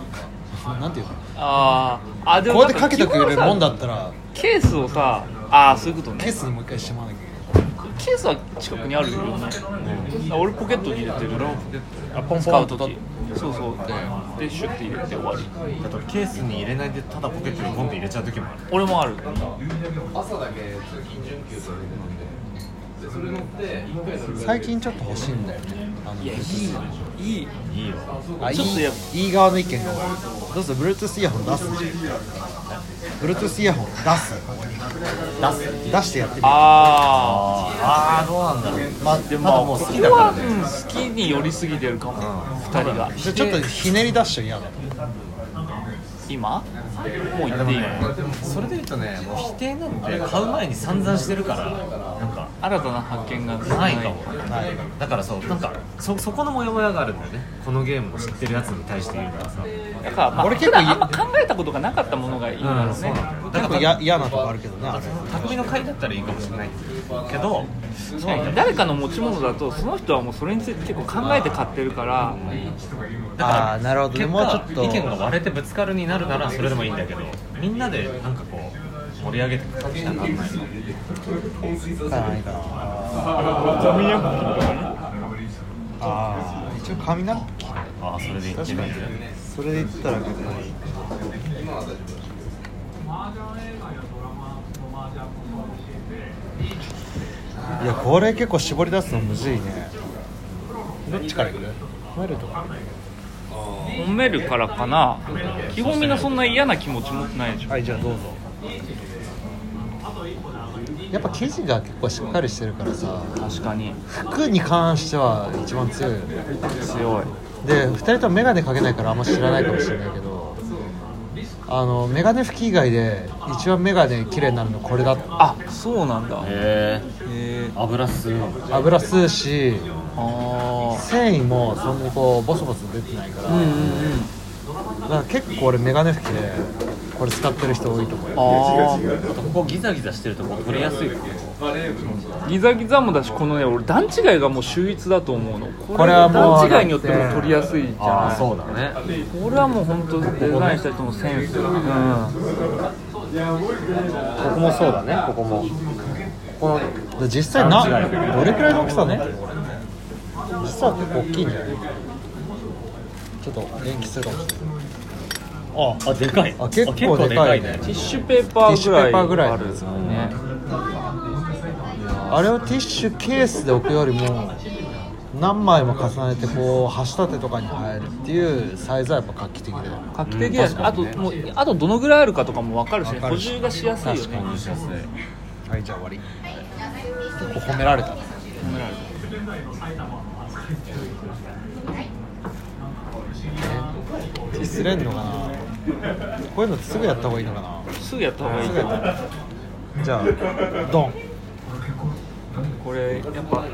B: なんていうのこ
C: あーあで
B: うやってかけてくれるもんだ
C: っ
B: ったら
C: ケースをさああそういうことね
B: ケースにもう一回してもらわなきゃい
C: ケースは近くにあるよね、あ俺ポケットに入れてるあポン使う時そうそうででシュッて入れて終わり
D: あとケースに入れないでただポケットにボンって入れちゃう時もある
C: 俺もある
B: けない最近ちょっと欲しいんだよねあの
C: いやいいいい
D: いいよ
B: あいい
C: ちょっとや
B: いい側の意見が多いどうする Bluetooth イヤホン出すじゃん Bluetooth イヤホン出す
D: 出す
B: 出してやってみる
C: あ
D: ああどうなんだろう
B: まあ
C: ーでもまあ
D: も
C: こ
D: う好
C: こ
D: きだから
C: は、うん好きに寄りすぎてるかも、二人が
B: じゃあちょっとひねり出しちゃ嫌だ
C: 今もう
D: いや
C: 言
D: で
C: っ
D: も
C: ていい
D: ね
C: の
D: それで言うとねもう否定なんて買う前に散々してるからなんか
C: 新たな発見が
D: ないかも
B: ない
D: だからそうなんかそそこのモヤモヤがあるんだよねこのゲームを知ってるやつに対して言うからさ
C: だから、まあ、
B: 俺
C: 俺
B: 結構
C: 結構あんま考えたことがなかったものがいいんだろうね、
D: んだ
B: 結
D: よ
B: 構や嫌なとこあるけどねあれ
D: 匠の会だったらいいかもしれないけど
C: 確かに誰かの持ち物だとその人はもうそれについて結構考えて買ってるから、
D: だから
B: あーなるほどね
D: 結
B: もうちょ
D: 果
B: っと
D: 意見が割れてぶつかるになるならそれでもいいんだけどみんなでなんかこう盛り上げてく感じならないの
B: ないかなああ一応紙ナプキン
D: ああそれでいってみる
B: それで言ったら結構いいいやこれ結構絞り出すのむずいね
D: どっちからいく
B: マイルドか
C: 褒めるからかな基本みんなそんな嫌な気持ち持ってないでしょ
B: はいじゃあどうぞやっぱ生地が結構しっかりしてるからさ
C: 確かに
B: 服に関しては一番強いよね
C: 強い
B: で2人とも眼鏡かけないからあんま知らないかもしれないけどあの眼鏡拭き以外で一番眼鏡綺麗になるのこれだ
C: あそうなんだへ
D: へ
C: え
D: え油吸う
B: 油吸うし
C: あ
B: 繊維もそんなにこうボソボソ出てないから、
C: あうんうんうん
B: だから結構俺眼鏡拭きでこれ使ってる人多いと思うよ
C: あ
D: あとここギザギザしてるとこ取れやすい
C: あギザギザもだしこのね俺段違いがもう秀逸だと思うの
B: これはもう
C: 段違いによっても取りやすいじゃない
D: だね
C: これはもう本当デザインした人のセンスうん
D: ここもそうだねここも
B: こので実際などれくらいの大きさね実は結構大きいんじゃないちょっと延期するかもしれない
D: ああでかい
B: あ結構でかいね
C: ティッシュペーパーぐらい
B: ティッシュペーパーぐらい
C: あるね
B: あれをティッシュケースで置くよりも何枚も重ねてこう箸立てとかに入るっていうサイズはやっぱ画期的だよね
C: 画期的だし、あともうあとどのぐらいあるかとかも分かるしね補充がしやすいよね
D: しやすい
B: はいじゃあ終わり結構褒められたね褒められたディスれんのかなこういうのすぐやった方がいいのかな
C: すぐやった方がいい
B: す
C: と
B: ぐやった方
C: 思う
B: がいいじゃあドン
C: これやっぱ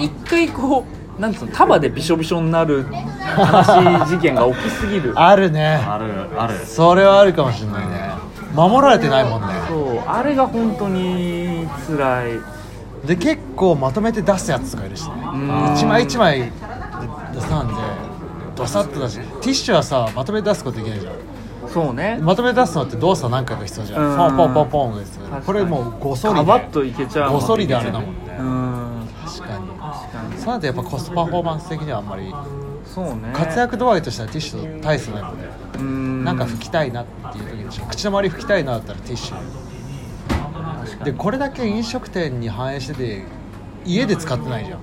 C: 一回こうなんつうの束でびしょびしょになる悲しい事件が起きすぎる
B: あるね
D: あるある
B: それはあるかもしれないね守られてないもんね
C: そうあれが本当に辛い
B: で結構まとめて出すやつとかいるしね
C: ん
B: 一枚一枚で出さんでドサッと出してティッシュはさまとめて出すことできないじゃん
C: そうね
B: まとめて出すのって動作何回か必要じゃんポ
C: うん
B: ンポンポンポンが必要
C: 確かに
B: これもうごそり
C: カ
B: で
C: バッといけちゃうもん
B: ごそりであれだもんね
C: うん
B: 確かに
C: 確かに
B: そうなるとやっぱコストパフォーマンス的にはあんまり
C: そうね
B: 活躍度合いとしてはティッシュと大差ないもんね
C: うん
B: なんか拭きたいなっていう時でしょ口の周り拭きたいなだったらティッシュでこれだけ飲食店に反映してて家で使ってないじゃん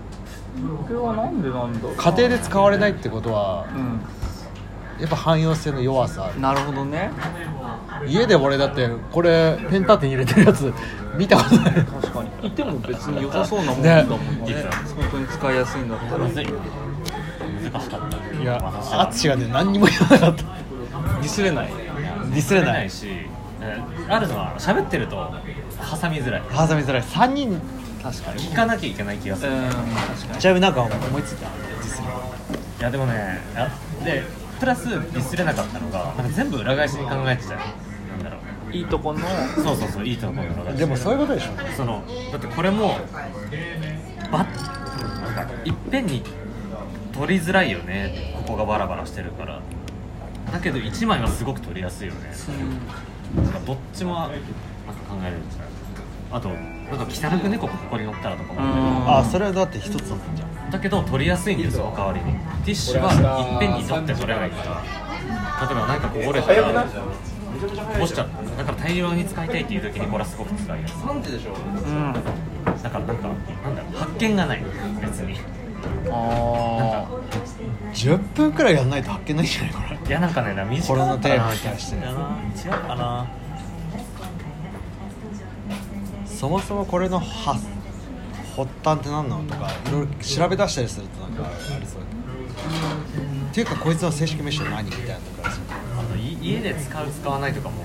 C: これはなんでなんだろう
B: 家庭で使われないってことは
C: う
B: やっぱ汎用性の弱さある
C: んなるほどね
B: 家で俺だってこれペン立てに入れてるやつ見たことない
C: 確かにいても別に良さそうなもんだもんね
D: ね
C: 本当に使いやすいんだったら
D: むずい難しかった
B: いや淳がね何にも言わなかった
D: ディスれないディスれないしあるのは喋ってると挟みづらい
B: 挟みづらい3人
C: 確かに
D: 聞かなきゃいけない気がす
C: う
D: る
C: ん確かに
B: ちなみになんか思いついた実際
D: いやでもねあでプラスディスれなかったのがなんか全部裏返しに考えてたよなんだろう
C: いいとこの
D: そうそうそういいと思うのが
B: でもそういうことでしょ
D: そのだってこれもばなんかいっぺんに取りづらいよねここがバラバラしてるからだけど1枚はすごく取りやすいよねなんかどっちもなんか考えれるんじゃないあとなんか汚く猫ここに乗ったらとか
C: う
D: も
C: ん
B: それはだって一つのもんじゃん
D: だけど取りやすいんですよおかわりにティッシュはいっぺんに取って取れないから例えばなんかこぼれたらこぼしちゃうだから大量に使いたいっていう時にこれはすごく使いやすい
C: うん
D: だからなんかなんだろう発見がない別に
C: あ
B: 10分くらいやんないと発見ないんじゃないこれ
D: いやなんかねな短
B: これ
D: か
B: の
D: った
B: テー
D: な
B: マに対して
D: 違うかな
B: そもそもこれの発発端って何なのとかいろいろ調べ出したりするとなんかありそうだけどっていうかこいつの正式名称何みたいなとこありそう
D: あのい家で使う使わないとかも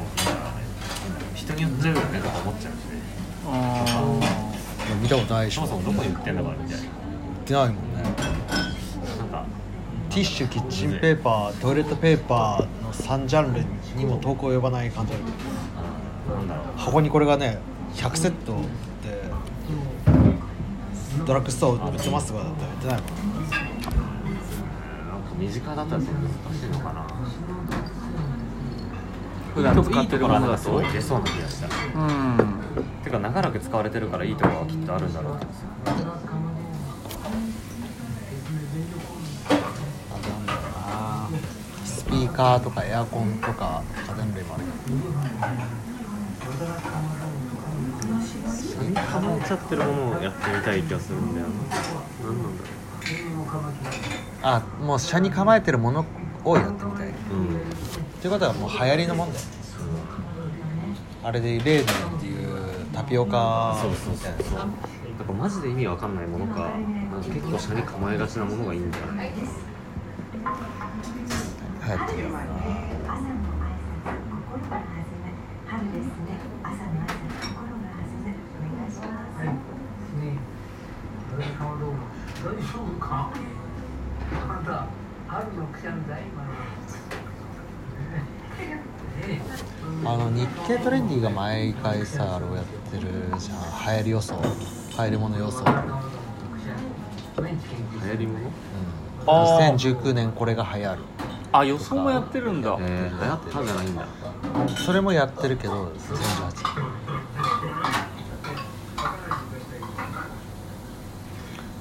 D: 人によっちゃうよねとか思っちゃうしね
C: ーあ
B: いや見たことないでし
D: そ
B: ょ
D: もそもどこに売ってんだからみたい
B: 言ってないもんね
D: ななんか
B: ティッシュキッチンペーパートイレットペーパーの3ジャンルにも投稿及ばない感じあるけど
D: なんだろう
B: 箱にこれがね100セットってドラッグストア売ってますとかだったら売ってないもん
D: なんか身近だったらちょっと難しいのかな
C: 普段使ってるものだ
D: すご
C: と
D: い出そうな気がしたて
C: うん
D: か長らく使われてるからいいとこはきっとあるんだろうけどさ
B: あとなんだろうなスピーカーとかエアコンとか家電類もあるけど
D: 構えちゃってるものをやってみたい気がするんだよななんなんだろ
B: あもう車に構えてるものをやってみたいう
D: うん
B: ということはもう流行りのもんだよあれでレーズンっていうタピオカ
D: そうそうそうそうなんかマジで意味わかんないものかなんか結構車に構えがちなものがいいんだよね
B: 流行ってるよなあの日経トレンディが毎回さあれをやってるじゃん流行り予想流行りもの予想、うん、
D: 流行りもの
C: あー
B: 2019年これが流行る
C: あ予想もやってるんだ
D: えー、流行ったじゃないんだ
B: それもやってるけど2018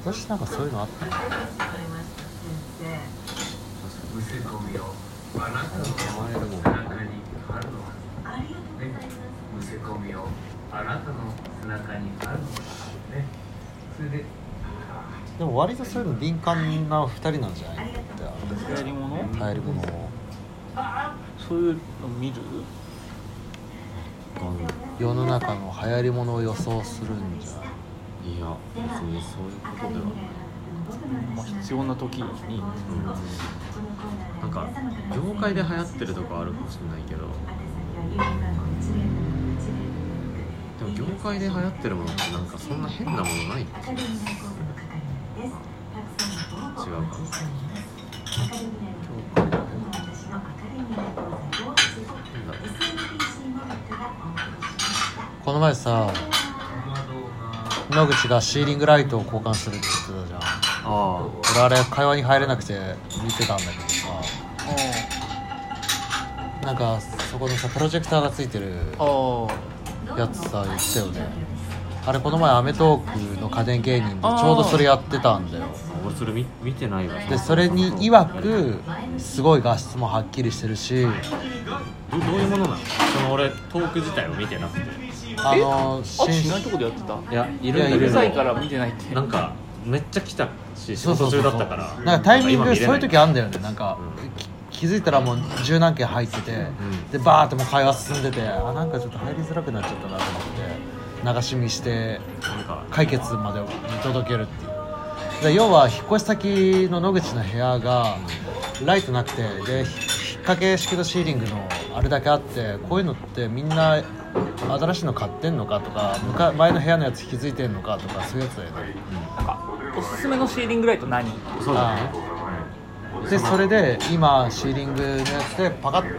B: 私なんかそういうのあった
D: 構えるもの
E: むせ込みをあなたの背中にあるのねそれで
B: でも割とそういうの敏感な2人なんじゃないって
C: 流行りもの
B: 流行りものを
C: そういうの見る
B: 世の中の流行りものを予想するんじゃない
D: いや別にそういうことでは
C: まあ必要な時に
D: なんか業界で流行ってるとかあるかもしれないけどでも業界で流行ってるものってなんかそんな変なものない違うか業界で流行ってるなんだろう
B: この前さ野口がシーリングライトを交換するって言ってたじゃ
D: あ
B: ん俺あれ会話に入れなくて見てたんだけどさなんかそこにさプロジェクターがついてる
C: ああ
B: やつさ言ってたよねあれこの前『アメトーク』の家電芸人でちょうどそれやってたんだよ
D: あ俺それ見見てないわ
B: でそれに
D: ど
B: 曰くすごい画質もはっきりしてるし
D: どういうものなのその俺トーク自体を見てなくて
B: あの
C: あしない
B: 新
C: とこでやってた
D: いやい
B: いや
D: る
C: う
B: い
C: る
B: る
C: さいから見てないって
D: なんかめっちゃ来たし仕事中だったから
B: なんかタイミングそういう時
D: あ
B: あんだよねなんかき気づいたらもう十何件入ってて、でバーってもう会話進んでてあなんかちょっと入りづらくなっちゃったなと思って流し見して
D: なんか
B: 解決まで見届けるっていうで要は引っ越し先の野口の部屋がライトなくてでひ引っ掛け式のシーリングのあれだけあってこういうのってみんな新しいの買ってんのかとかむか前の部屋のやつ引き継いでんのかとかそういうやつだよね
C: おすすめのシーリングライト何
D: そうだね
B: でそれで今シーリングのやつでパカッて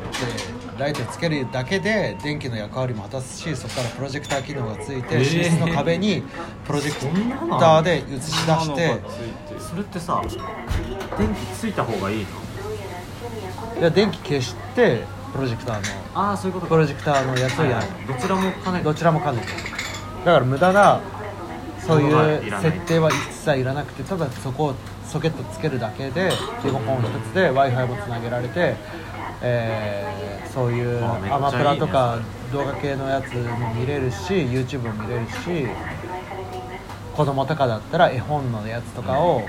B: ライトつけるだけで電気の役割も果たすしそこからプロジェクター機能がついて寝室の壁にプロジェクターで映し出して
D: それってさ電気ついた方がいいの
B: いや電気消してプロジェクターの
D: ああそういうこと
B: プロジェクターのやつをや
D: どちらも兼ね
B: る
D: て
B: どちらも兼ねてだから無駄なそうい
D: ものがいうらない
B: 設定は一切いらなくてただそこをソケットつけるだけでリモコン一つで w i f i もつなげられて、えーそういう
D: わめっちゃいい
B: ア
D: ね
B: マプラとか動画系のやつも見れるし YouTube も見れるし子供とかだったら絵本のやつとかを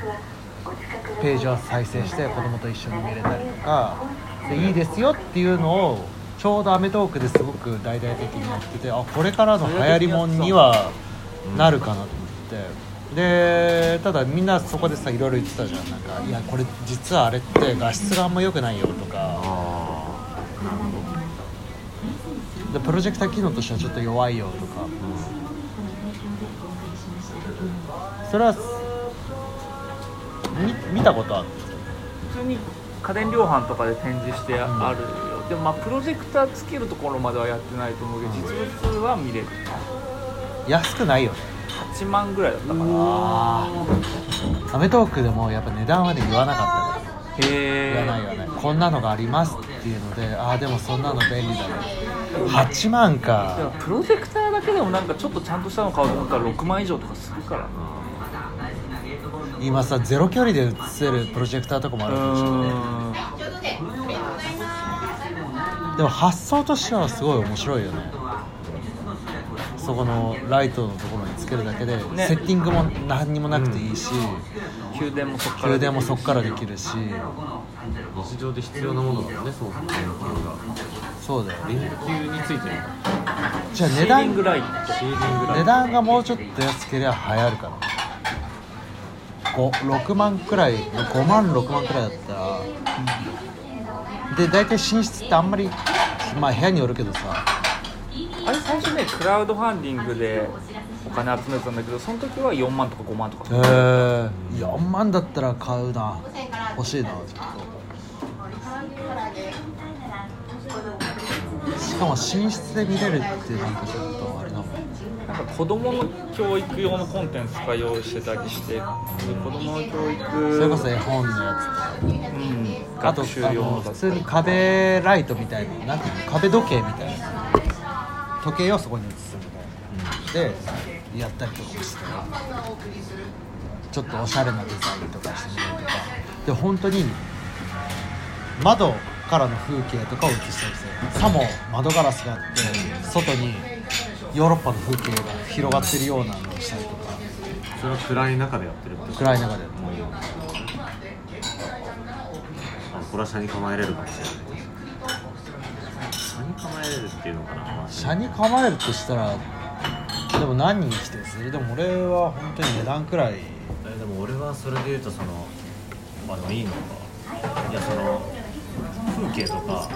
B: ページを再生して子供と一緒に見れたりとかでいいですよっていうのをちょうど『アメトーク』ですごく大々的にやっててあこれからの流行りもんにはなるかなと思ってでただみんなそこでさいろいろ言ってたじゃんなんかいやこれ実はあれって画質があんま良くないよとか
D: あ
B: でプロジェクター機能としてはちょっと弱いよとかそれはみ見たことある
C: 普通に家電量販とかで展示してあるよ、でもまあプロジェクターつけるところまではやってないと思うけど実物は見れる
B: 安くないよね
C: 8万ぐらいだったかな
B: アメトークでもやっぱ値段まで言わなかったね
C: へ
B: 言わない
C: え
B: よねこんなのがありますっていうのでああでもそんなの便利だね8万か
C: プロジェクターだけでもなんかちょっとちゃんとしたの買おうと思ったら6万以上とかするからな
B: 今さゼロ距離で映せるプロジェクターとかもあ
C: う
B: るでし
C: ーん
B: ょでも発想としてはすごい面白いよねそこのライトのところにつけるだけで、
C: ね
B: セッティングも何にもなくていいし、
C: 宮殿もそこから
B: 給電もそこからできるし
D: 日常で必要なものだもんねそもそも電球
B: そうだよ
D: が電球についてる
B: じゃあ値
C: シーリン
B: 段
C: グライ
D: シーリングライ
B: 値段がもうちょっと安ければ流行るかな6万くらい5万6万くらいだったら、で大体寝室ってあんまりまあ部屋によるけどさ
C: トあれ最初ねクラウドファンディングでお金集めてたんだけどその時は4万とか5万と
B: へ
C: か
B: え4万だったら買うな欲しいなちょっとしかも寝室で見れるってなんかちょっとあれだもん
C: なんか子供の教育用のコンテンツとか用意してたりして子供の教育
B: それこそ絵本のやつとか
C: うん、
B: あと
C: 学習用
B: あ
C: の
B: の
C: だ
B: 普
C: っ
B: 通に壁ライトみたいななんていうの壁時計みたいな時計をそこに映すみたいな、でやったりとかもしてちょっとおしゃれなデザインとかしてみたりとかで本当に窓からの風景とかを映したりするさも窓ガラスがあって外にヨーロッパの風景が広がってるようなのをしたりとか
D: それは暗い中でやってるってこと
B: 暗い中で
D: もういいよあこれは車に構えれるかもしれない車に構えれるっていうのかな、まあ
B: 車に構えるとしたらでも何人否定するでも俺は本当に値段くらい
D: えでも俺はそれで言うとそのまあでもいいのかいやその風景とか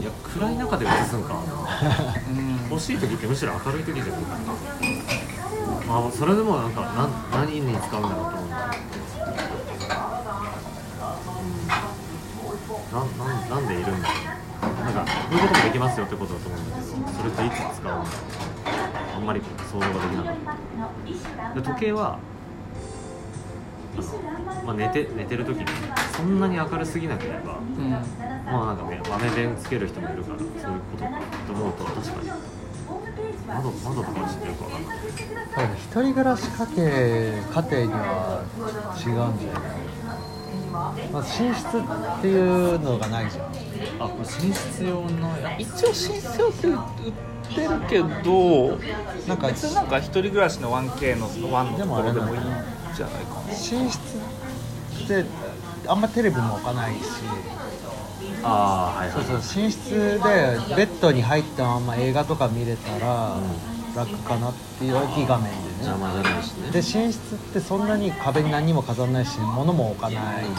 D: いや暗い中で映すんか欲しい時ってむしろ明るい時じゃないまあそれでもなんかなん何に使うんだろうと思う、うん、ななんなんでいるんだろうなんかこういうこともできますよってことだと思うんだけどそれっていつ使うんだろうあんまり想像ができなかったで時計はあの、まあ、寝て寝てる時にそんなに明るすぎなければ
C: うん、あ
D: まあなんかね豆電つける人もいるからそういうことかと思うと確かに窓窓とか知ってるかわかんない
B: 多分一人暮らし家庭家庭には違うんじゃないまず寝室っていうのがないじゃん
D: あこれ寝室用のや
C: 一応申請って売ってるけど
B: なんか
C: 別になんか一人暮らしの 1K のワンのところでもいいんじゃないかな
B: 寝室ってあんまテレビも置かないし
D: ああはい
B: そ
D: は
B: う
D: い
B: そう寝室でベッドに入ったまま映画とか見れたら楽かなっていう大きい画面でね
D: 邪魔じゃないし
B: で
D: ね
B: 寝室ってそんなに壁に何も飾らないし物も置かないか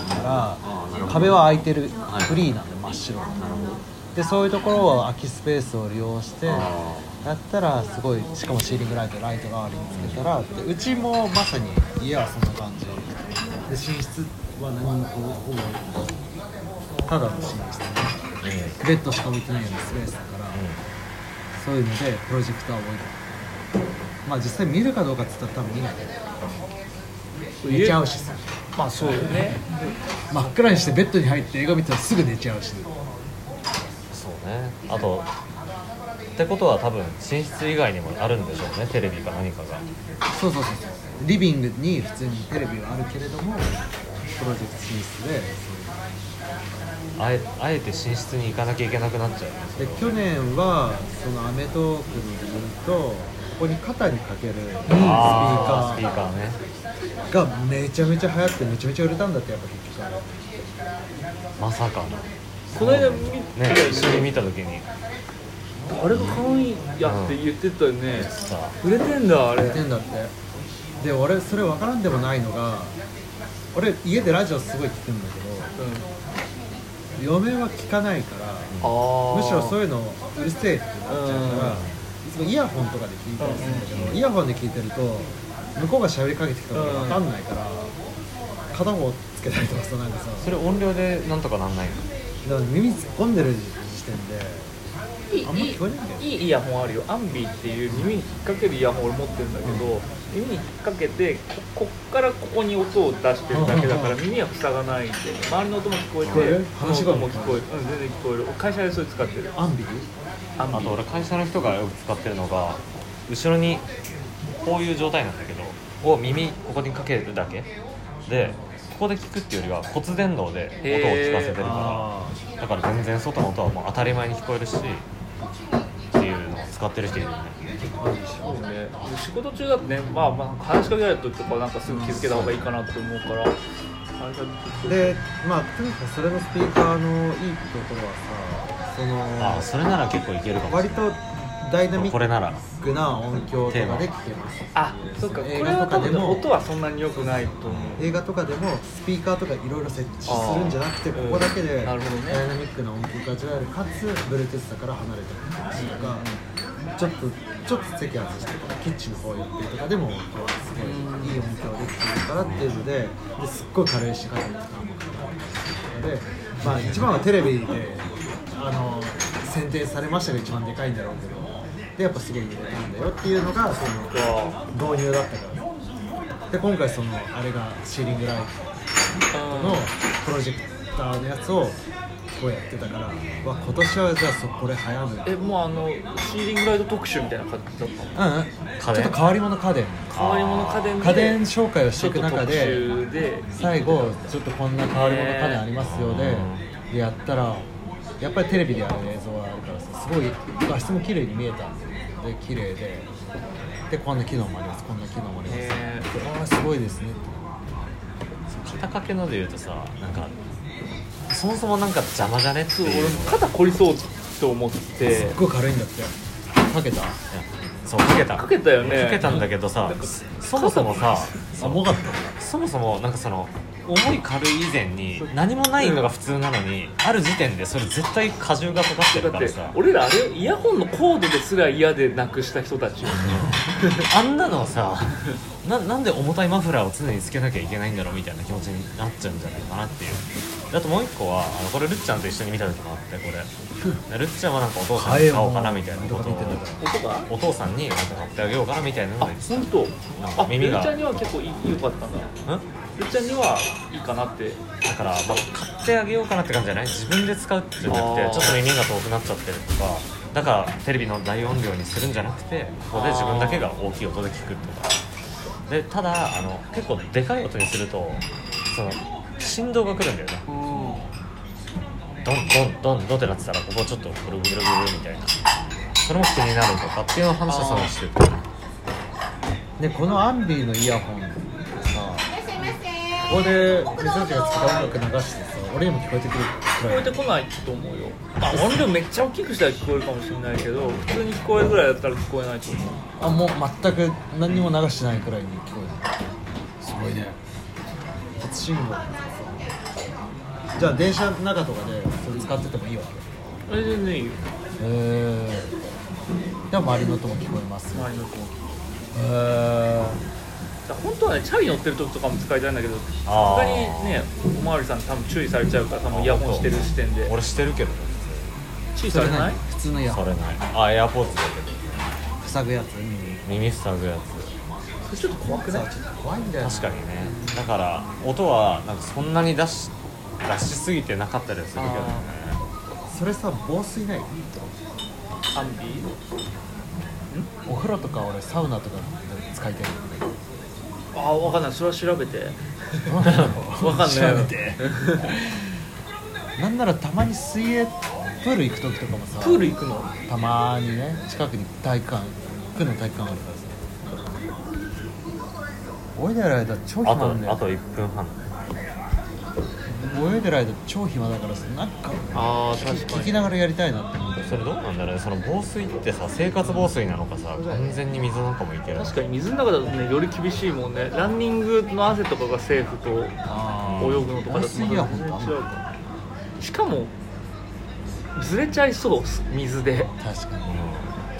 D: あーなる
B: ら
D: ほど
B: 壁は開いてる
D: い
B: フリーなんで真っ白
D: なるほど
B: でそういうところを空きスペースを利用して
D: あ
B: だったらすごいしかもシーリングライトライト代わりにつけたらでうちもまさに家はそんな感じで寝室は何もこうほぼただの寝室ねベッドしか置いてないようなスペースだから、そういうのでプロジェクターを置いてまあ実際見るかどうかっつったら多分見ないけど寝ちゃうしさ
C: まあそうよね
B: 真っ暗にしてベッドに入って映画見たらすぐ寝ちゃうし
A: そうねあとってことは多分寝室以外にもあるんでしょうねテレビか何かが
B: そうそうそうそうリビングに普通にテレビはあるけれどもプロジェクト寝室で
A: あえあえて寝室に行かなきゃいけなくなっちゃうねそ
B: で
A: れは
B: 去年はその『アメトーク』の理由とここに肩にかけるスピー
A: あー
B: カ
A: スピーカーね
B: ーがめちゃめちゃ流行ってめちゃめちゃ売れたんだってやっぱ結局あれ
A: まさかの
C: この間見てた
A: ね
C: よ
A: 一緒に
C: ね
A: 見た時に
C: あれが可愛いやって言ってたよね
A: さあ
C: 売れてんだあれ
B: 売れてんだってで俺それ分からんでもないのが俺家でラジオすごい聞くんだけど嫁は聞かないから
C: ああ
B: むしろそう
C: いう
B: いうのうるせえってなっちゃうから、いつもイヤホンとかで聞いたりするんだけど、イヤホンで聞いてると向こうが喋りかけてきたのが分かんないから、片方つけたりとかさなんかさ
A: それ音量でなんとかなんないの
B: だから耳突っ込んでる時点で
C: いい
B: あんま聞こえないんだよ
C: いいいいイヤホンあるよアンビーっていう耳に引っ掛けるイヤホン俺持ってるんだけど、耳に引っ掛けてここっからここに音を出してるだけだから
B: うん
C: 耳は塞がないんで周りの音も聞こえて
B: 聞こえる
C: この音も聞こ
B: 話
C: えるうん全然聞こえる会社でそれ使ってる
B: アンビ
C: アンビ
A: あと俺会社の人がよく使ってるのが後ろにこういう状態なんだけどを耳ここにかけるだけでここで聞くっていうよりは骨伝導で音を聞かせてるか
B: あ
A: らだから全然外の音はもう当たり前に聞こっていうのを使使ってる人いるよね
C: ね仕事中だとね、まあ、まあ話しかけられた時とかなんかすぐ気づけた方がいいかなって思うから、あれだけど
B: でまあとにかくそれのスピーカーのいいところはさそ
A: ああ
B: の
A: それなら結構いけるかもし
B: 割
A: れ
B: とダイナ
A: ない
B: ミ
A: こ
B: ッ
A: れなら
B: クな音響とかで聞けます
C: あそっかこ
B: 映
C: れ
B: 画
C: は
B: とか
C: 多
B: で
C: 分ね
B: も
C: 音はそんなに良くないと思う
B: 映画とかでもスピーカーとかいろいろ設置するんじゃなくて
C: あー
B: ここだけ
C: う
B: で
C: ん
B: ダ
C: な
B: イ
C: るほどね
B: ナミックな音響が味わえるかつ Bluetooth だから離れてるとかちょっとちょっと席外してとかキッチンの方寄ってとかでも音はすごいいい音響できてるからっていうのでですっごい軽いしかとかもでまあ一番はテレビであの選定されましたが一番でかいんだろうけどでやっぱすごいでかいんだよっていうのがその
C: あ
B: 導入だったからねで今回そのあれがシーリングライトのプロジェクターのやつをこうやってたからわ今年はじゃあそこれ流行る
C: えもうあのシーリングライト特集みたいな感じだったの
B: うんうんちょっと変わり者家電
C: 変わり者家電で
B: 家電紹介をし
C: ち
B: て
C: ょ
B: い
C: っ
B: く
C: と
B: 中
C: 特
B: で
C: 集で
B: 最後ちょっとこんな変わり者家電ありますよででやったらやっぱりテレビでやる映像があるからさすごい画質も綺麗に見えたんでで綺麗ででこんな機能もありますこんな機能もありますで
C: え
B: あーすごいですね
A: 肩掛けので言うとさなんかそもそもなんか邪魔じゃねって
C: ー、そう
A: いう
C: 俺
A: の
C: も肩凝りそうと思って
B: すっごい軽いんだってかけた
A: そうかけた
C: かけたよね
A: かけたんだけどさそもそもさ
B: 重かった
A: そもそもなんかその重い軽い以前に何もないのが普通なのにある時点でそれ絶対荷重がかかってる
C: だっ
A: から
C: て
A: さ
C: 俺らあれイヤホンのコードですら嫌でなくした人たちよ
A: あんなのをさななんで重たいマフラーを常につけなきゃいけないんだろうみたいな気持ちになっちゃうんじゃないかなっていうであともう一個はあのこれるっちゃんと一緒に見た時もあってこれでるっちゃんはなんかお父さんに買おうかなみたいなことを
C: [LAUGHS] 音が
A: お父さんになんか買ってあげようかなみたいなの
C: あ
A: で
C: 本当
A: なんか
C: あ
A: 耳
C: ル
A: が
C: ーちゃんには結構いい良かったん
A: う
C: だ
A: ん
C: ルーちゃんにはいいかなって
A: だから、まあ、買ってあげようかなって感じじゃない自分で使うってじゃなく
C: あ
A: て
C: ー
A: ちょっと耳が遠くなっちゃってるとかだからテレビの大音量にするんじゃなくてここで自分だけが大きい音で聞くとかでただあの結構でかい音にするとその振動が来るんだよねドンドンドンドンってなってたらここちょっとブルブルブルブルみたいなそれも気になるとかっていう話をそのしてて
B: でこのアンビーのイヤホンさここで水たちが使う音楽流してさ俺にも聞こえてくるく
C: 聞こ
B: ら
C: え
B: い
C: てこないと思うよまあ音量めっちゃ大きくしたら聞こえるかもしれないけど普通に聞こえるぐらいだったら聞こえないと思う
B: あもう全く何にも流してないくらいに聞こえるすごいね初信号じゃあ電車の中とかでそれ使っててもいいわけ
C: あれ全然いい
B: へ
C: よ
B: えでも周りの音も聞こえますへ
C: 周りの音も
B: え
C: だから本当はねチャリ乗ってる時とかも使いたいんだけどさす
A: あー
C: がにねおまわりさんに多分注意されちゃうから多分イヤホンしてる時点で
A: 俺してるけどね
C: 注意されない
B: 普通のイヤホ
A: そ
B: ン
A: れないあエアポーツだけど
B: 塞ぐやつ耳に
A: 耳塞ぐやつ
C: それちょっと怖くない
B: さちょっと怖いんだよな
A: 確かにねだから音はなんかそんなに出し出しすぎてなかったりはするけどね
B: それさ防水ない
C: アンビ
B: お風呂とか俺サウナとかで使いたい
C: ああ分かんないそれは調べて
B: わ
C: 分かんないよ
B: なんならたまに水泳プール行く時とかもさ
C: プール行くの
B: たまにね近くに体育館区の体育館あるからさ泳いでる間超
A: あ
B: 暇なんだ
A: とあ
B: よ
A: と1分半
B: 泳いでる間超暇だからさなんか
C: ああ確
B: 聞きながらやりたいなって思う
A: それどうなんだろうねその防水ってさ生活防水なのかさ完全に水なんかもいける
C: 確かに水の中だとねより厳しいもんねランニングの汗とかがセーフと泳
B: あ
C: ぐのとかだと
B: 水イヤホンってあん
C: ま
B: の
C: た全然違うからしかもずれちゃいそう水で
B: 確かに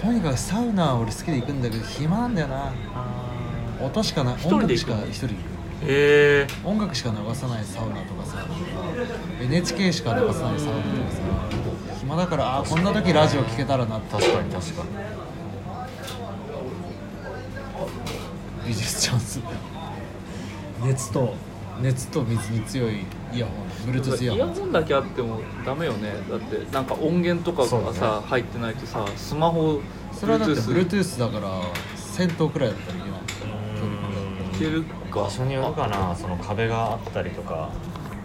B: とにかくサウナは俺好きで行くんだけど暇なんだよな音しかない
C: 一
B: 音
C: 人
B: 楽
C: で行
B: し
C: く
B: か
C: の
B: 一人で行く
C: へえ
B: 音楽しか流さないサウナとかさ NHK しか流さないサウナとかさ暇だからあーこんな時ラジオ聞けたらなって
A: 確かに確かに
B: ビジネスチャンス熱と熱と水に強いイヤホン Bluetooth イヤ
C: イ
B: ホ
C: ヤ
B: ン
C: ホンだけあってもダメよねだってなんか音源とか
A: そうだ
C: が
A: ね
C: さ、入ってないとさスマホ
B: それはだって
C: Bluetooth
B: Bluetooth だから1000頭くらいだったらいけない
C: いけるか
A: 場所によるかなその壁があったりとか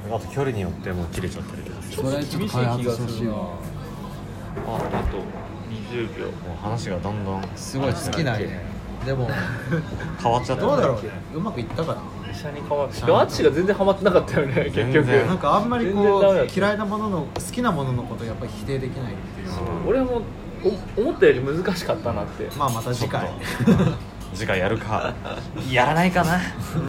A: あと距離によってもう切れちゃってるけど
B: それはちょっと開発してほしいわ
C: ああと20秒
A: もう話がだんだん
B: すごい好きなんやでも
A: 変わっちゃった
B: どうだろうねうまくいったかな
C: 医者に変わるアッチが全然ハマってなかったよね結
A: 全然
C: 局
B: [LAUGHS] なんかあんまり
C: 全然
B: こ
C: ダメだっ
B: う
C: た
B: 嫌いなものの好きなもののことをやっぱり否定できないっていう
C: 俺もお思ったより難しかったなって
B: まあまた次回
A: 次回やるかやらないかな